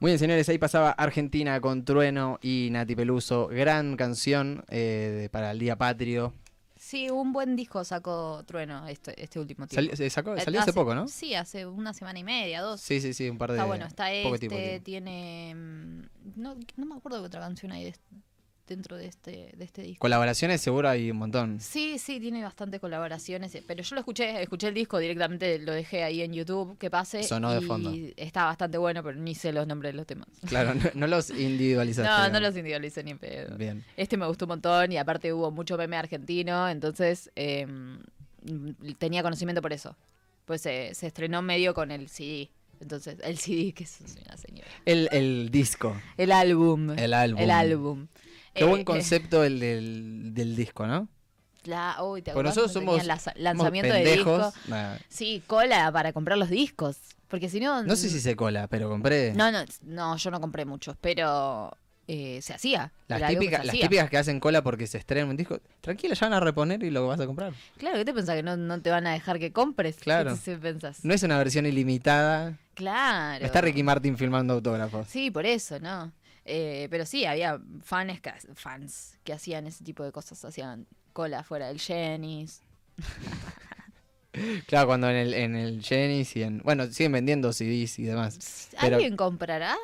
Muy bien, señores, ahí pasaba Argentina con Trueno y Nati Peluso. Gran canción eh, de- para el Día Patrio.
Sí, un buen disco sacó Trueno este, este último tiempo.
Salió, se sacó-
Eh,
salió hace poco, ¿no?
Sí, hace una semana y media, dos.
Sí, sí, sí, un par de...
Está bueno, está
poco
este,
tiempo tiene.
tiene... mm, No, no me acuerdo qué otra canción hay de, dentro de este, de este disco.
Colaboraciones seguro hay un montón.
Sí, sí, tiene bastantes colaboraciones, eh, pero yo lo escuché, escuché el disco directamente, lo dejé ahí en YouTube, que pase.
Sonó de
y
fondo.
Está bastante bueno, pero ni sé los nombres de los temas.
Claro, no, no los individualizaste.
No, no
digamos.
los individualicé ni en pedo.
Bien.
Este me gustó un montón y aparte hubo mucho meme argentino, entonces eh, mm, tenía conocimiento por eso. Pues eh, se estrenó medio con el CD. Entonces, el CD, que es una señora.
El, el disco.
El álbum.
El álbum.
El álbum.
Qué
Eh,
buen
eh,
concepto el del, del disco, ¿no?
la- uy, ¿te
Porque
acordás
Pues nosotros
cuando
somos,
tenían laza-
somos
lanzamiento de
pendejos.
disco.
Nah,
Sí, cola para comprar los discos. Porque si no.
No sé si se cola, pero compré.
No, no, no, yo no compré muchos, pero eh, se hacía.
Las,
Era algo que
típicas,
se
las
hacía.
típicas que hacen cola porque se estrena un disco. Tranquila, ya van a reponer y lo vas a comprar.
Claro, ¿qué te pensás que no, no te van a dejar que compres?
Claro.
¿Qué te pensás?
No es una versión ilimitada.
Claro.
Está Ricky Martin filmando autógrafos.
Sí, por eso, ¿no? Eh, pero sí, había fans que, fans que hacían ese tipo de cosas, hacían cola fuera del Jenny's.
Claro, cuando en el, en el Genesis y en. Bueno, siguen vendiendo CDs y demás. Pero-
¿Alguien comprará?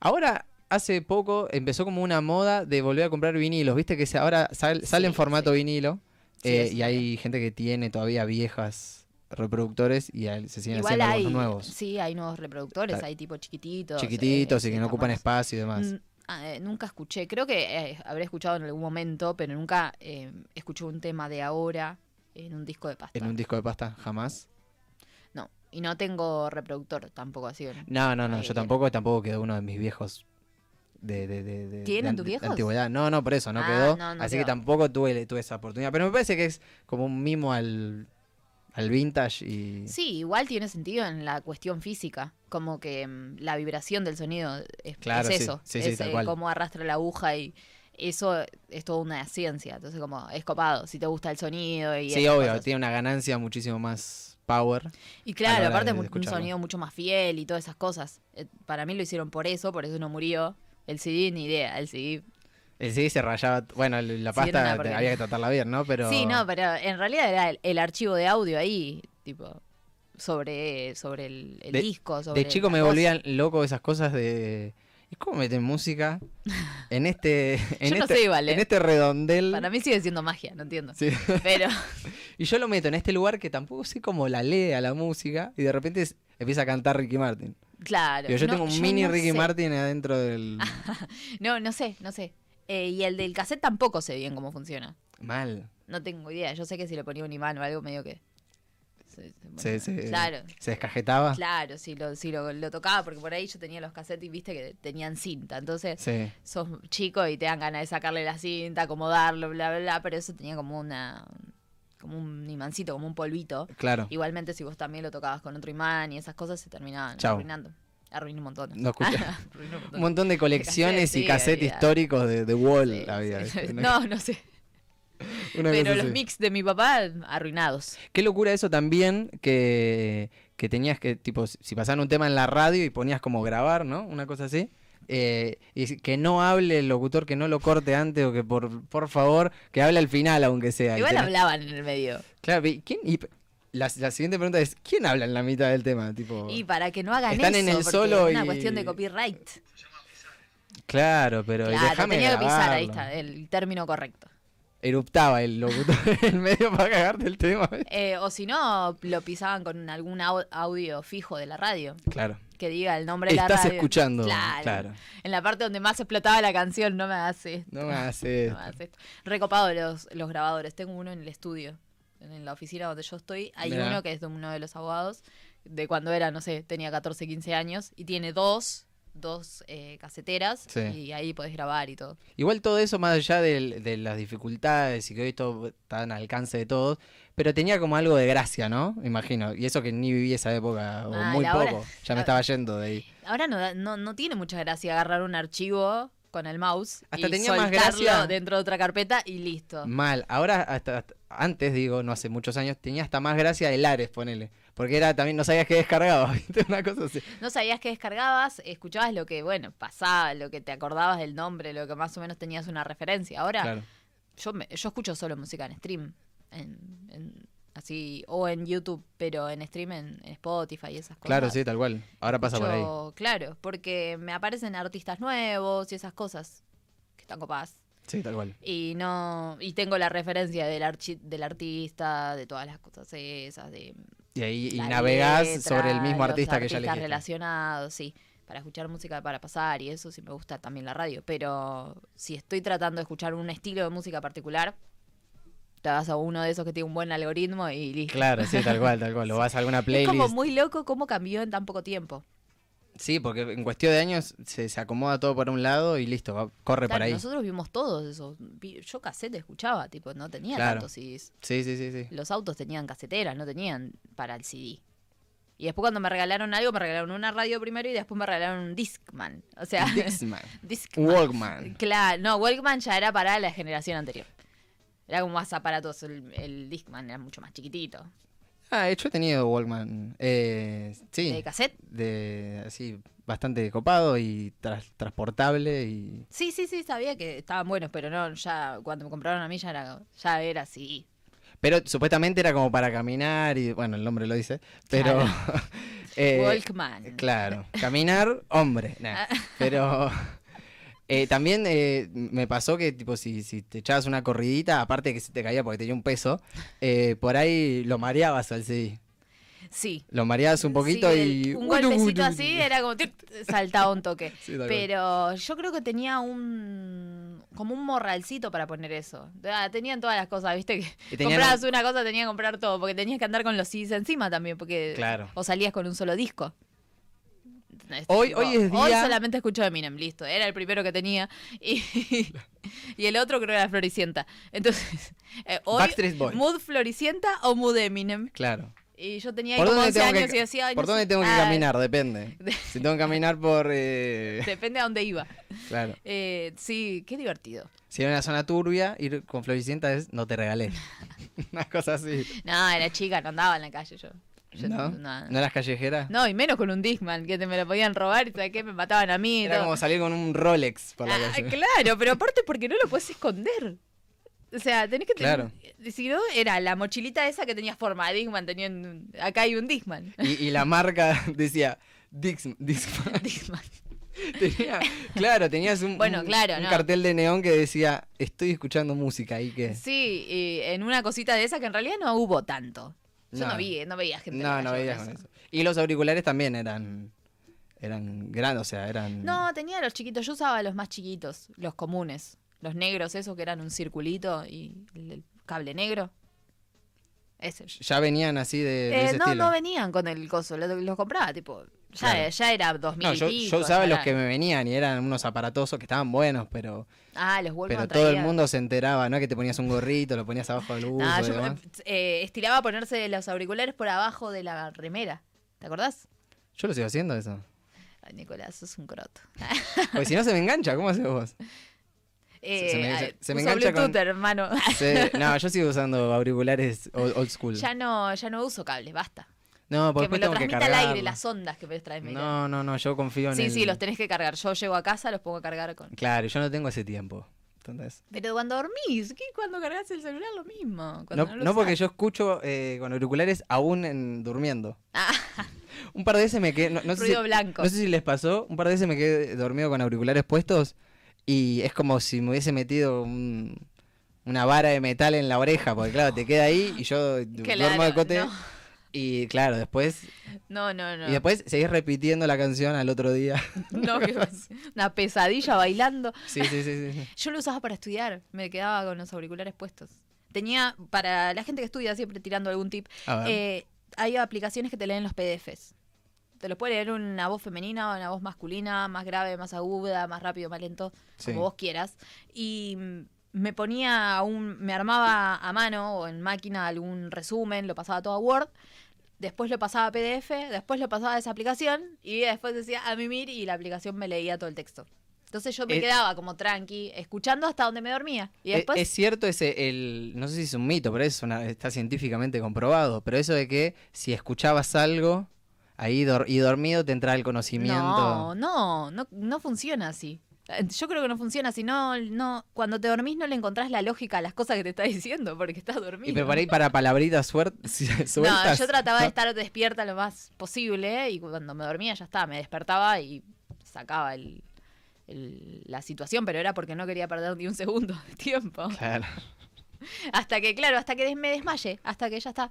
Ahora, hace poco empezó como una moda de volver a comprar vinilos. Viste que se- ahora sal- sale en
Sí,
formato
sí.
vinilo.
Sí,
eh,
eso
y hay gente que tiene todavía viejas reproductores y al- se siguen
Igual
haciendo
hay,
algunos nuevos.
sí, hay nuevos reproductores,
Está-
hay tipo chiquititos.
Chiquititos
eh,
y que no ocupan
tamaños.
espacio y demás.
Mm, ah, eh, nunca escuché, creo que eh, habré escuchado en algún momento, pero nunca eh, escuché un tema de ahora en un disco de pasta.
En un disco de pasta, jamás.
No, y no tengo reproductor tampoco así. ¿no?
No, no, no,
Ahí
yo
viene.
tampoco, tampoco quedó uno de mis viejos. De, de, de, de-
¿Tienen
de
tus
anti-
viejos?
antigüedad. No, no, por eso, no
Ah,
quedó.
no, no
así que
quedó.
tampoco tuve, tuve esa oportunidad. Pero me parece que es como un mimo al, al vintage y.
Sí, igual tiene sentido en la cuestión física, como que mm, la vibración del sonido es,
Claro,
es
sí,
eso,
sí, sí,
es
tal
eh,
cual.
cómo arrastra la aguja y eso es toda una ciencia, entonces como es copado, si te gusta el sonido y
Sí,
esas
obvio,
cosas.
tiene una ganancia muchísimo más power.
Y
a
claro,
la hora
aparte
de-
mu-
de
un
escucharlo.
sonido mucho más fiel y todas esas cosas. Eh, Para mí lo hicieron por eso, por eso no murió. El CD, ni idea, el CD.
El CD Eh, se rayaba. Bueno, el- la
Sí, era una
pasta te-
porquería.
había que tratarla bien, ¿no? Pero.
Sí, no, pero en realidad era el, el archivo de audio ahí, tipo, sobre, sobre el, el
De-
disco. Sobre
De chico
las
me
cosas.
volvían loco esas cosas de. ¿Y cómo meten música en este. En
Yo no
este,
sé igual,
En
¿eh?
este redondel.
Para mí sigue siendo magia, no entiendo.
Sí.
Pero
Y yo lo meto en este lugar que tampoco sé cómo la lee a la música y de repente es- empieza a cantar Ricky Martin.
Claro.
Digo, yo
no,
tengo un mini
no
Ricky
sé.
Martin adentro del...
No, no sé, no sé. Eh, y el del cassette tampoco sé bien cómo funciona.
Mal.
No tengo idea. Yo sé que si le ponía un imán o algo medio que. se- se-
Se,
bueno,
se-
Claro.
se descajetaba.
Claro, si lo, si lo, lo tocaba, porque por ahí yo tenía los cassettes y viste que tenían cinta. Entonces,
Sí.
sos chico y te dan ganas de sacarle la cinta, acomodarlo, bla, bla, bla. Pero eso tenía como una. como un imancito, como un polvito.
Claro.
Igualmente, si vos también lo tocabas con otro imán y esas cosas, se terminaban
Chao.
arruinando. Arruinó un montón.
No escuché.
Arruinó un montón.
Un montón de colecciones
cassette,
y
sí,
cassettes
había.
históricos de, de Wall
Sí,
había.
sí.
¿viste? Una-
No, no sé.
una
Pero
cosa
los
así.
mix de mi papá arruinados.
Qué locura eso también que, que tenías que, tipo, si- si pasaban un tema en la radio y ponías como grabar, ¿no? Una cosa así. eh, y si- que no hable el locutor, que no lo corte antes o que por, por favor, que hable al final, aunque sea. Y
Igual
tenés-
hablaban en el medio.
Claro, ¿y ¿quién? y p- la, la siguiente pregunta es, ¿quién habla en la mitad del tema? Tipo,
Y para que no hagan
Oh. Están
eso,
en el
porque
solo
es una
y-
cuestión de copyright.
claro, pero
claro,
déjame
tenía que pisar, ahí
grabarlo.
está, eh. el término correcto.
Eruptaba el locutor en medio para cagarte el tema.
Eh, o si no, lo pisaban con algún au- audio fijo de la radio.
Claro.
Que diga el nombre de la radio.
Estás escuchando.
Claro.
Claro.
En la parte donde más explotaba la canción, no me hace.
No eh, me hace
No me hagas esto. Recopado los, los grabadores. Tengo uno en el estudio, en la oficina donde yo estoy. Hay
Mirá.
uno que es de uno de los abogados, de cuando era, no sé, tenía 14, 15 años, y tiene dos, dos eh, caseteras,
Sí.
y ahí podés grabar y todo.
Igual todo eso, más allá del- de, las dificultades y que hoy todo está al alcance de todos, pero tenía como algo de gracia, ¿no? Imagino. Y eso que ni viví esa época, o
Mal,
muy
ahora-
poco. Ya me
ahora-
estaba yendo de ahí.
Ahora no, da- no, no tiene mucha gracia agarrar un archivo con el mouse
Hasta
y
tenía más
soltarlo
gracia. Mm.
dentro de otra carpeta y listo.
Mal. Ahora, hasta, hasta- antes, digo, no hace muchos años, tenía hasta más gracia el Ares, ponele. Porque era también, no sabías que descargaba, ¿viste? Una cosa así.
No sabías que descargabas, escuchabas lo que, bueno, pasaba, lo que te acordabas del nombre, lo que más o menos tenías una referencia. Ahora
Claro.
yo, me- yo escucho solo música en stream, en, en- así, o en YouTube, pero en stream en, en Spotify y esas cosas.
Claro, sí, tal cual. Ahora pasa por ahí.
Escucho- Claro, porque me aparecen artistas nuevos y esas cosas que están copadas.
Sí, tal cual.
Y no y tengo la referencia del, archi- del artista, de todas las cosas esas, de
Y ahí y
la
navegás
letra,
sobre el mismo
los
artista que ya
artistas
elegiste.
relacionados, sí. Para escuchar música para pasar y eso, sí me gusta también la radio. Pero si estoy tratando de escuchar un estilo de música particular, te vas a uno de esos que tiene un buen algoritmo y listo.
Claro, sí, tal cual, tal cual. Lo vas a alguna
Es
playlist.
como muy loco cómo cambió en tan poco tiempo.
Sí, porque en cuestión de años se, se acomoda todo para un lado y listo, va- corre
Claro,
para ahí.
nosotros vimos todos esos. Vi- Yo cassette escuchaba, tipo, no tenía
Claro.
tantos CDs.
Sí, sí, sí, sí.
Los autos tenían caseteras, no tenían para el CD. Y después cuando me regalaron algo, me regalaron una radio primero y después me regalaron un Discman. O sea,
Dixman.
Discman.
Walkman.
Claro, no, Walkman ya era para la generación anterior. Era como más aparatos, el, el Discman era mucho más chiquitito.
Ah, yo he tenido Walkman. Eh, sí.
¿De cassette?
De, así, bastante copado y tras- transportable y...
Sí, sí, sí, sabía que estaban buenos, pero no, ya cuando me compraron a mí ya era, ya era así.
Pero supuestamente era como para caminar y, bueno, el nombre lo dice, pero... eh,
Walkman.
Claro, caminar, hombre.
Ah.
nah. Pero eh, también eh, me pasó que, tipo, si, si te echabas una corridita, aparte que se te caía porque tenía un peso, eh, por ahí lo mareabas al CD.
Sí.
Lo mareabas un poquito
Sí,
y.
el- Un golpecito así era como tic, saltaba un toque.
Sí, tal cual.
Pero yo creo que tenía un. como un morralcito para poner eso. Ah, Tenían todas las cosas, ¿viste?
Y
Que
tenían
comprabas
un-
una cosa, tenías que comprar todo. Porque tenías que andar con los CDs encima también. porque
Claro.
O salías con un solo disco. Es
Hoy- hoy es
Hoy
día-
solamente escucho Eminem, listo. Era el primero que tenía. Y, y el otro creo que era Floricienta. Entonces, eh, hoy.
Backstreet Boys.
¿Mood Floricienta o Mood Eminem?
Claro.
Y yo tenía ahí
¿Por
como
dónde
11
tengo,
años
que,
y decía, ay,
por
no
dónde
sé.
tengo que
Ah,
caminar? Depende. Si tengo que caminar por. eh,
Depende a dónde iba.
claro.
Eh, sí, qué divertido.
Si era una zona turbia, ir con floricienta es no te regalé. una cosa así.
No, era chica, no andaba en la calle yo. Yo
¿No?
no,
¿No eras callejera?
No, y menos con un Discman, que te me lo podían robar y sabes qué, me mataban a mí. y
Era
todo.
como salir con un Rolex por la
Ah,
calle.
claro, pero aparte porque no lo puedes esconder. O sea, tenés que tener...
Claro.
Si no, era la mochilita esa que tenía forma de Discman, tenía en- acá hay un Discman.
Y, y la marca decía Dixman. Dixman.
Discman.
Tenía- claro, tenías un,
Bueno,
un-
claro,
un
no.
cartel de neón que decía, estoy escuchando música y que...
Sí, y en una cosita de esa que en realidad no hubo tanto. Yo no,
No.
vi, eh, no veía gente. en la
No, no
calle
veías
con
con
eso.
eso. Y los auriculares también eran eran grandes, o sea, eran...
No, tenía los chiquitos. Yo usaba los más chiquitos, los comunes. Los negros, esos que eran un circulito y el el cable negro. Ese.
Ya venían así de, Eh, de
Eh,
ese
no,
estilo.
no venían con el coso, lo- los, compraba, tipo. Ya,
Claro.
ya era 2000
No,
y
yo,
pico,
yo usaba
ya
los
era-
que me venían y eran unos aparatosos que estaban buenos, pero
Ah, los Walkman
pero todo el
traían.
mundo se enteraba, ¿no? Que te ponías un gorrito, lo ponías abajo del buzo
Ah,
y
yo
demás.
eh, estilaba ponerse los auriculares por abajo de la remera. ¿Te acordás?
Yo lo sigo haciendo eso.
Ay, Nicolás, sos un croto.
Porque si no se me engancha, ¿cómo haces vos? se- se me-
Eh,
se- se me
uso
engancha con-
Bluetooth, hermano.
Se- no, yo sigo usando auriculares old, old school.
ya, no, ya no uso cables, basta.
no, porque
Que me
después
lo
tengo que
transmita al aire,
cargarlo.
las ondas que me traes.
No, no, no, yo confío en
Sí,
el-
sí, los tenés que cargar. Yo llego a casa, los pongo a cargar con.
Claro, yo no tengo ese tiempo. ¿entendés?
Pero cuando dormís, ¿qué? Cuando cargas el celular, lo mismo.
No,
cuando lo
no porque
usás.
yo escucho eh, con auriculares aún en- durmiendo.
Ah,
Un par de veces me quedé... No, no sé
Ruido
si,
blanco.
No sé si les pasó, un par de veces me quedé dormido con auriculares puestos y es como si me hubiese metido un- una vara de metal en la oreja, porque claro, te queda ahí y yo duermo de
Claro,
cote.
no.
Y claro, después...
no, no, no.
Y después seguís repitiendo la canción al otro día.
No, que vas- una pesadilla bailando.
sí, sí, sí, sí, sí.
Yo lo usaba para estudiar, me quedaba con los auriculares puestos. Tenía, para la gente que estudia, siempre tirando algún tip,
A ver.
eh, hay aplicaciones que te leen los PDFs. Te los puede leer una voz femenina o una voz masculina, más grave, más aguda, más rápido, más lento,
Sí.
como vos quieras. Y mm, me ponía un, me armaba a mano o en máquina algún resumen, lo pasaba todo a Word, después lo pasaba a PDF, después lo pasaba a esa aplicación y después decía a mimir y la aplicación me leía todo el texto. Entonces yo me
Eh,
quedaba como tranqui, escuchando hasta donde me dormía. Y
E-
después
Es cierto ese, el, no sé si es un mito, pero es una, está científicamente comprobado, pero eso de que si escuchabas algo ahí dor- y dormido te entraba el conocimiento.
No, no, no, no funciona así. Eh, Yo creo que no funciona así. No, no, cuando te dormís no le encontrás la lógica a las cosas que te está diciendo porque estás
y
dormido.
preparé para palabritas suert- si- sueltas.
No, yo trataba de
¿no?
estar despierta lo más posible y cuando me dormía ya estaba, me despertaba y sacaba el, el- la situación, pero era porque no quería perder ni un segundo de tiempo.
Claro.
Hasta que, claro, hasta que des- me desmaye, hasta que ya está.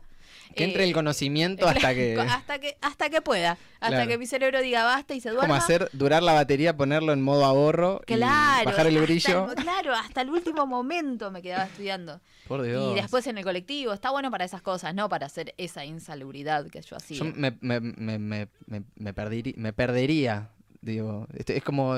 Que entre
Eh,
el conocimiento hasta
claro,
que.
hasta que hasta que pueda, hasta
Claro.
que mi cerebro diga basta y se duerma.
Como hacer durar la batería, ponerlo en modo ahorro, y
Claro,
bajar el
hasta
brillo.
mo- claro, hasta el último momento me quedaba estudiando.
Por
Y
Dios.
después en el colectivo, está bueno para esas cosas, no para hacer esa insalubridad que yo hacía.
Yo me, me, me, me, me, me perdiri- me perdería. Digo, Este- es como.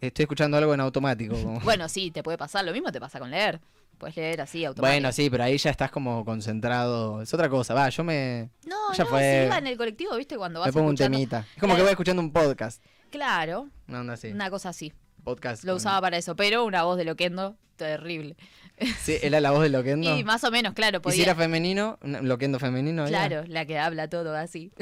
Estoy escuchando algo en automático. como-
Bueno, sí, te puede pasar, lo mismo te pasa con leer. Puedes leer así automáticamente.
Bueno, sí, pero ahí ya estás como concentrado. Es otra cosa. Va, yo me,
No,
Ya
no,
fue.
si iba en el colectivo, ¿viste? Cuando vas
me pongo un
escuchando-
temita. Es como que voy escuchando un podcast.
Claro,
Una onda así.
una cosa así.
Podcast.
Lo
con-
usaba para eso, pero una voz de loquendo terrible.
Sí, era la voz de Loquendo.
Y más o menos, claro,
Y si era
podía.
femenino, un Loquendo femenino. había?
Claro, la que habla todo así.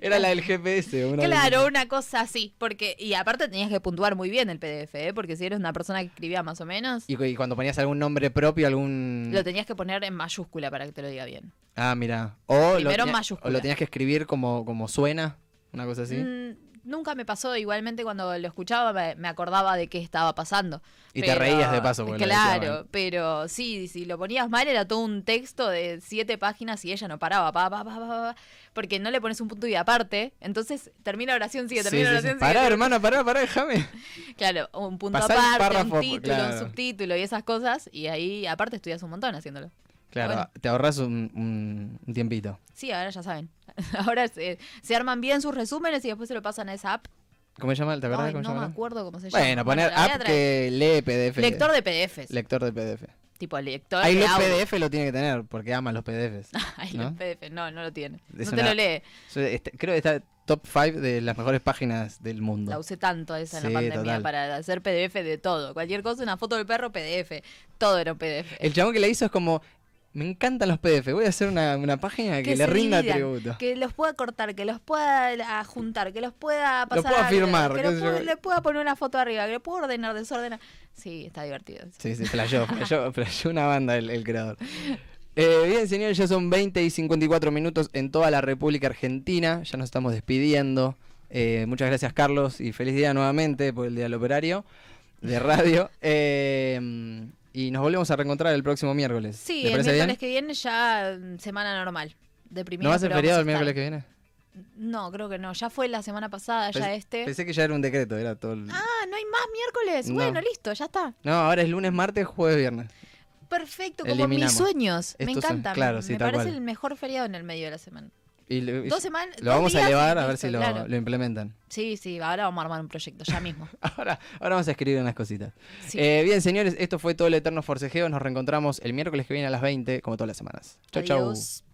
Era la del GPS. una
Claro, una cosa así. Porque, y aparte tenías que puntuar muy bien el PDF, ¿eh? porque si eres una persona que escribía más o menos,
Y, mm. cu- y cuando ponías algún nombre propio, algún.
lo tenías que poner en mayúscula para que te lo diga bien.
Ah, mira. O lo,
Primero
tenía-
mayúscula.
o lo tenías que escribir como, como suena, una cosa así.
Mm, nunca me pasó, igualmente cuando lo escuchaba me, me acordaba de qué estaba pasando.
Y te reías de paso, porque lo decía mal.
Claro, pero sí, si lo ponías mal era todo un texto de siete páginas y ella no paraba, pa, pa, pa, pa, pa, porque no le pones un punto y aparte, entonces termina oración, sigue,
Sí, sí,
termina
sí.
oración, sigue,
Pará,
termina-
hermana, pará, pará, déjame.
Claro, un punto
Pasar un
aparte,
párrafo, pues,
un título,
claro.
un subtítulo y esas cosas. Y ahí, aparte, estudias un montón haciéndolo.
Claro,
Bueno.
te ahorras un, un- un tiempito.
Sí, ahora ya saben. Ahora se, se arman bien sus resúmenes y después se lo pasan a esa app.
¿Cómo se llama? ¿Te acordás
Ay,
cómo se
no me
llama?
acuerdo cómo se llama.
Bueno, poner
la voy a
app
traer.
que lee PDF.
Lector de PDFs.
Lector de PDF.
tipo, lector
Ahí
de
los
audio.
PDF lo tiene que tener, porque ama los PDFs.
Ay,
¿no?
los PDF. No, no lo tiene.
Es
no te
una-
lo lee.
Yo este- creo que está top 5 de las mejores páginas del mundo.
La usé tanto esa en
Sí,
la pandemia
total.
para hacer PDF de todo. Cualquier cosa, una foto del perro, PDF. Todo era un PDF.
El chabón que la hizo es como, me encantan los PDF, voy a hacer una, una página que, le
se
rinda
dividan,
tributo.
Que los pueda cortar, que los pueda ah, juntar, que los pueda pasar.
pueda
a-
firmar,
Que
qué
los
sé
pueda-
yo.
le pueda poner una foto arriba, que lo pueda ordenar, desordenar. Sí, está divertido. eso.
Sí, sí, flasheó, flasheó, flasheó una banda el, el creador. Eh, bien, señores, ya son 20 y 54 minutos en toda la República Argentina. Ya nos estamos despidiendo. Eh, muchas gracias, Carlos, y feliz día nuevamente por el Día del Operario de Radio. Eh, y nos volvemos a reencontrar el próximo miércoles.
Sí,
¿Le
el
parece
miércoles
bien?
que viene ya mm, semana normal. Deprimido,
¿No va a ser feriado el miércoles que viene?
No, creo que no. Ya fue la semana pasada, ya
Pensé-
este.
Pensé que ya era un decreto, era todo. el-
Ah, no hay más miércoles.
No.
Bueno, listo, ya está.
No, ahora es lunes, martes, jueves, viernes.
Perfecto, como
Eliminamos.
mis sueños. Me
Estos son-
encanta.
claro,
me
sí, tal
parece
cual.
el mejor feriado en el medio de la semana.
Y lo, y-
Dos semanas-
Lo
dos
vamos a
días y
elevar a ver
listo,
si lo,
claro.
lo implementan.
Sí, sí, ahora vamos a armar un proyecto, ya mismo.
Ahora, ahora vamos a escribir unas cositas.
Sí.
Eh, bien, señores, esto fue todo el Eterno Forcejeo. Nos reencontramos el miércoles que viene a las 20, como todas las semanas. Chau, chau.
Adiós.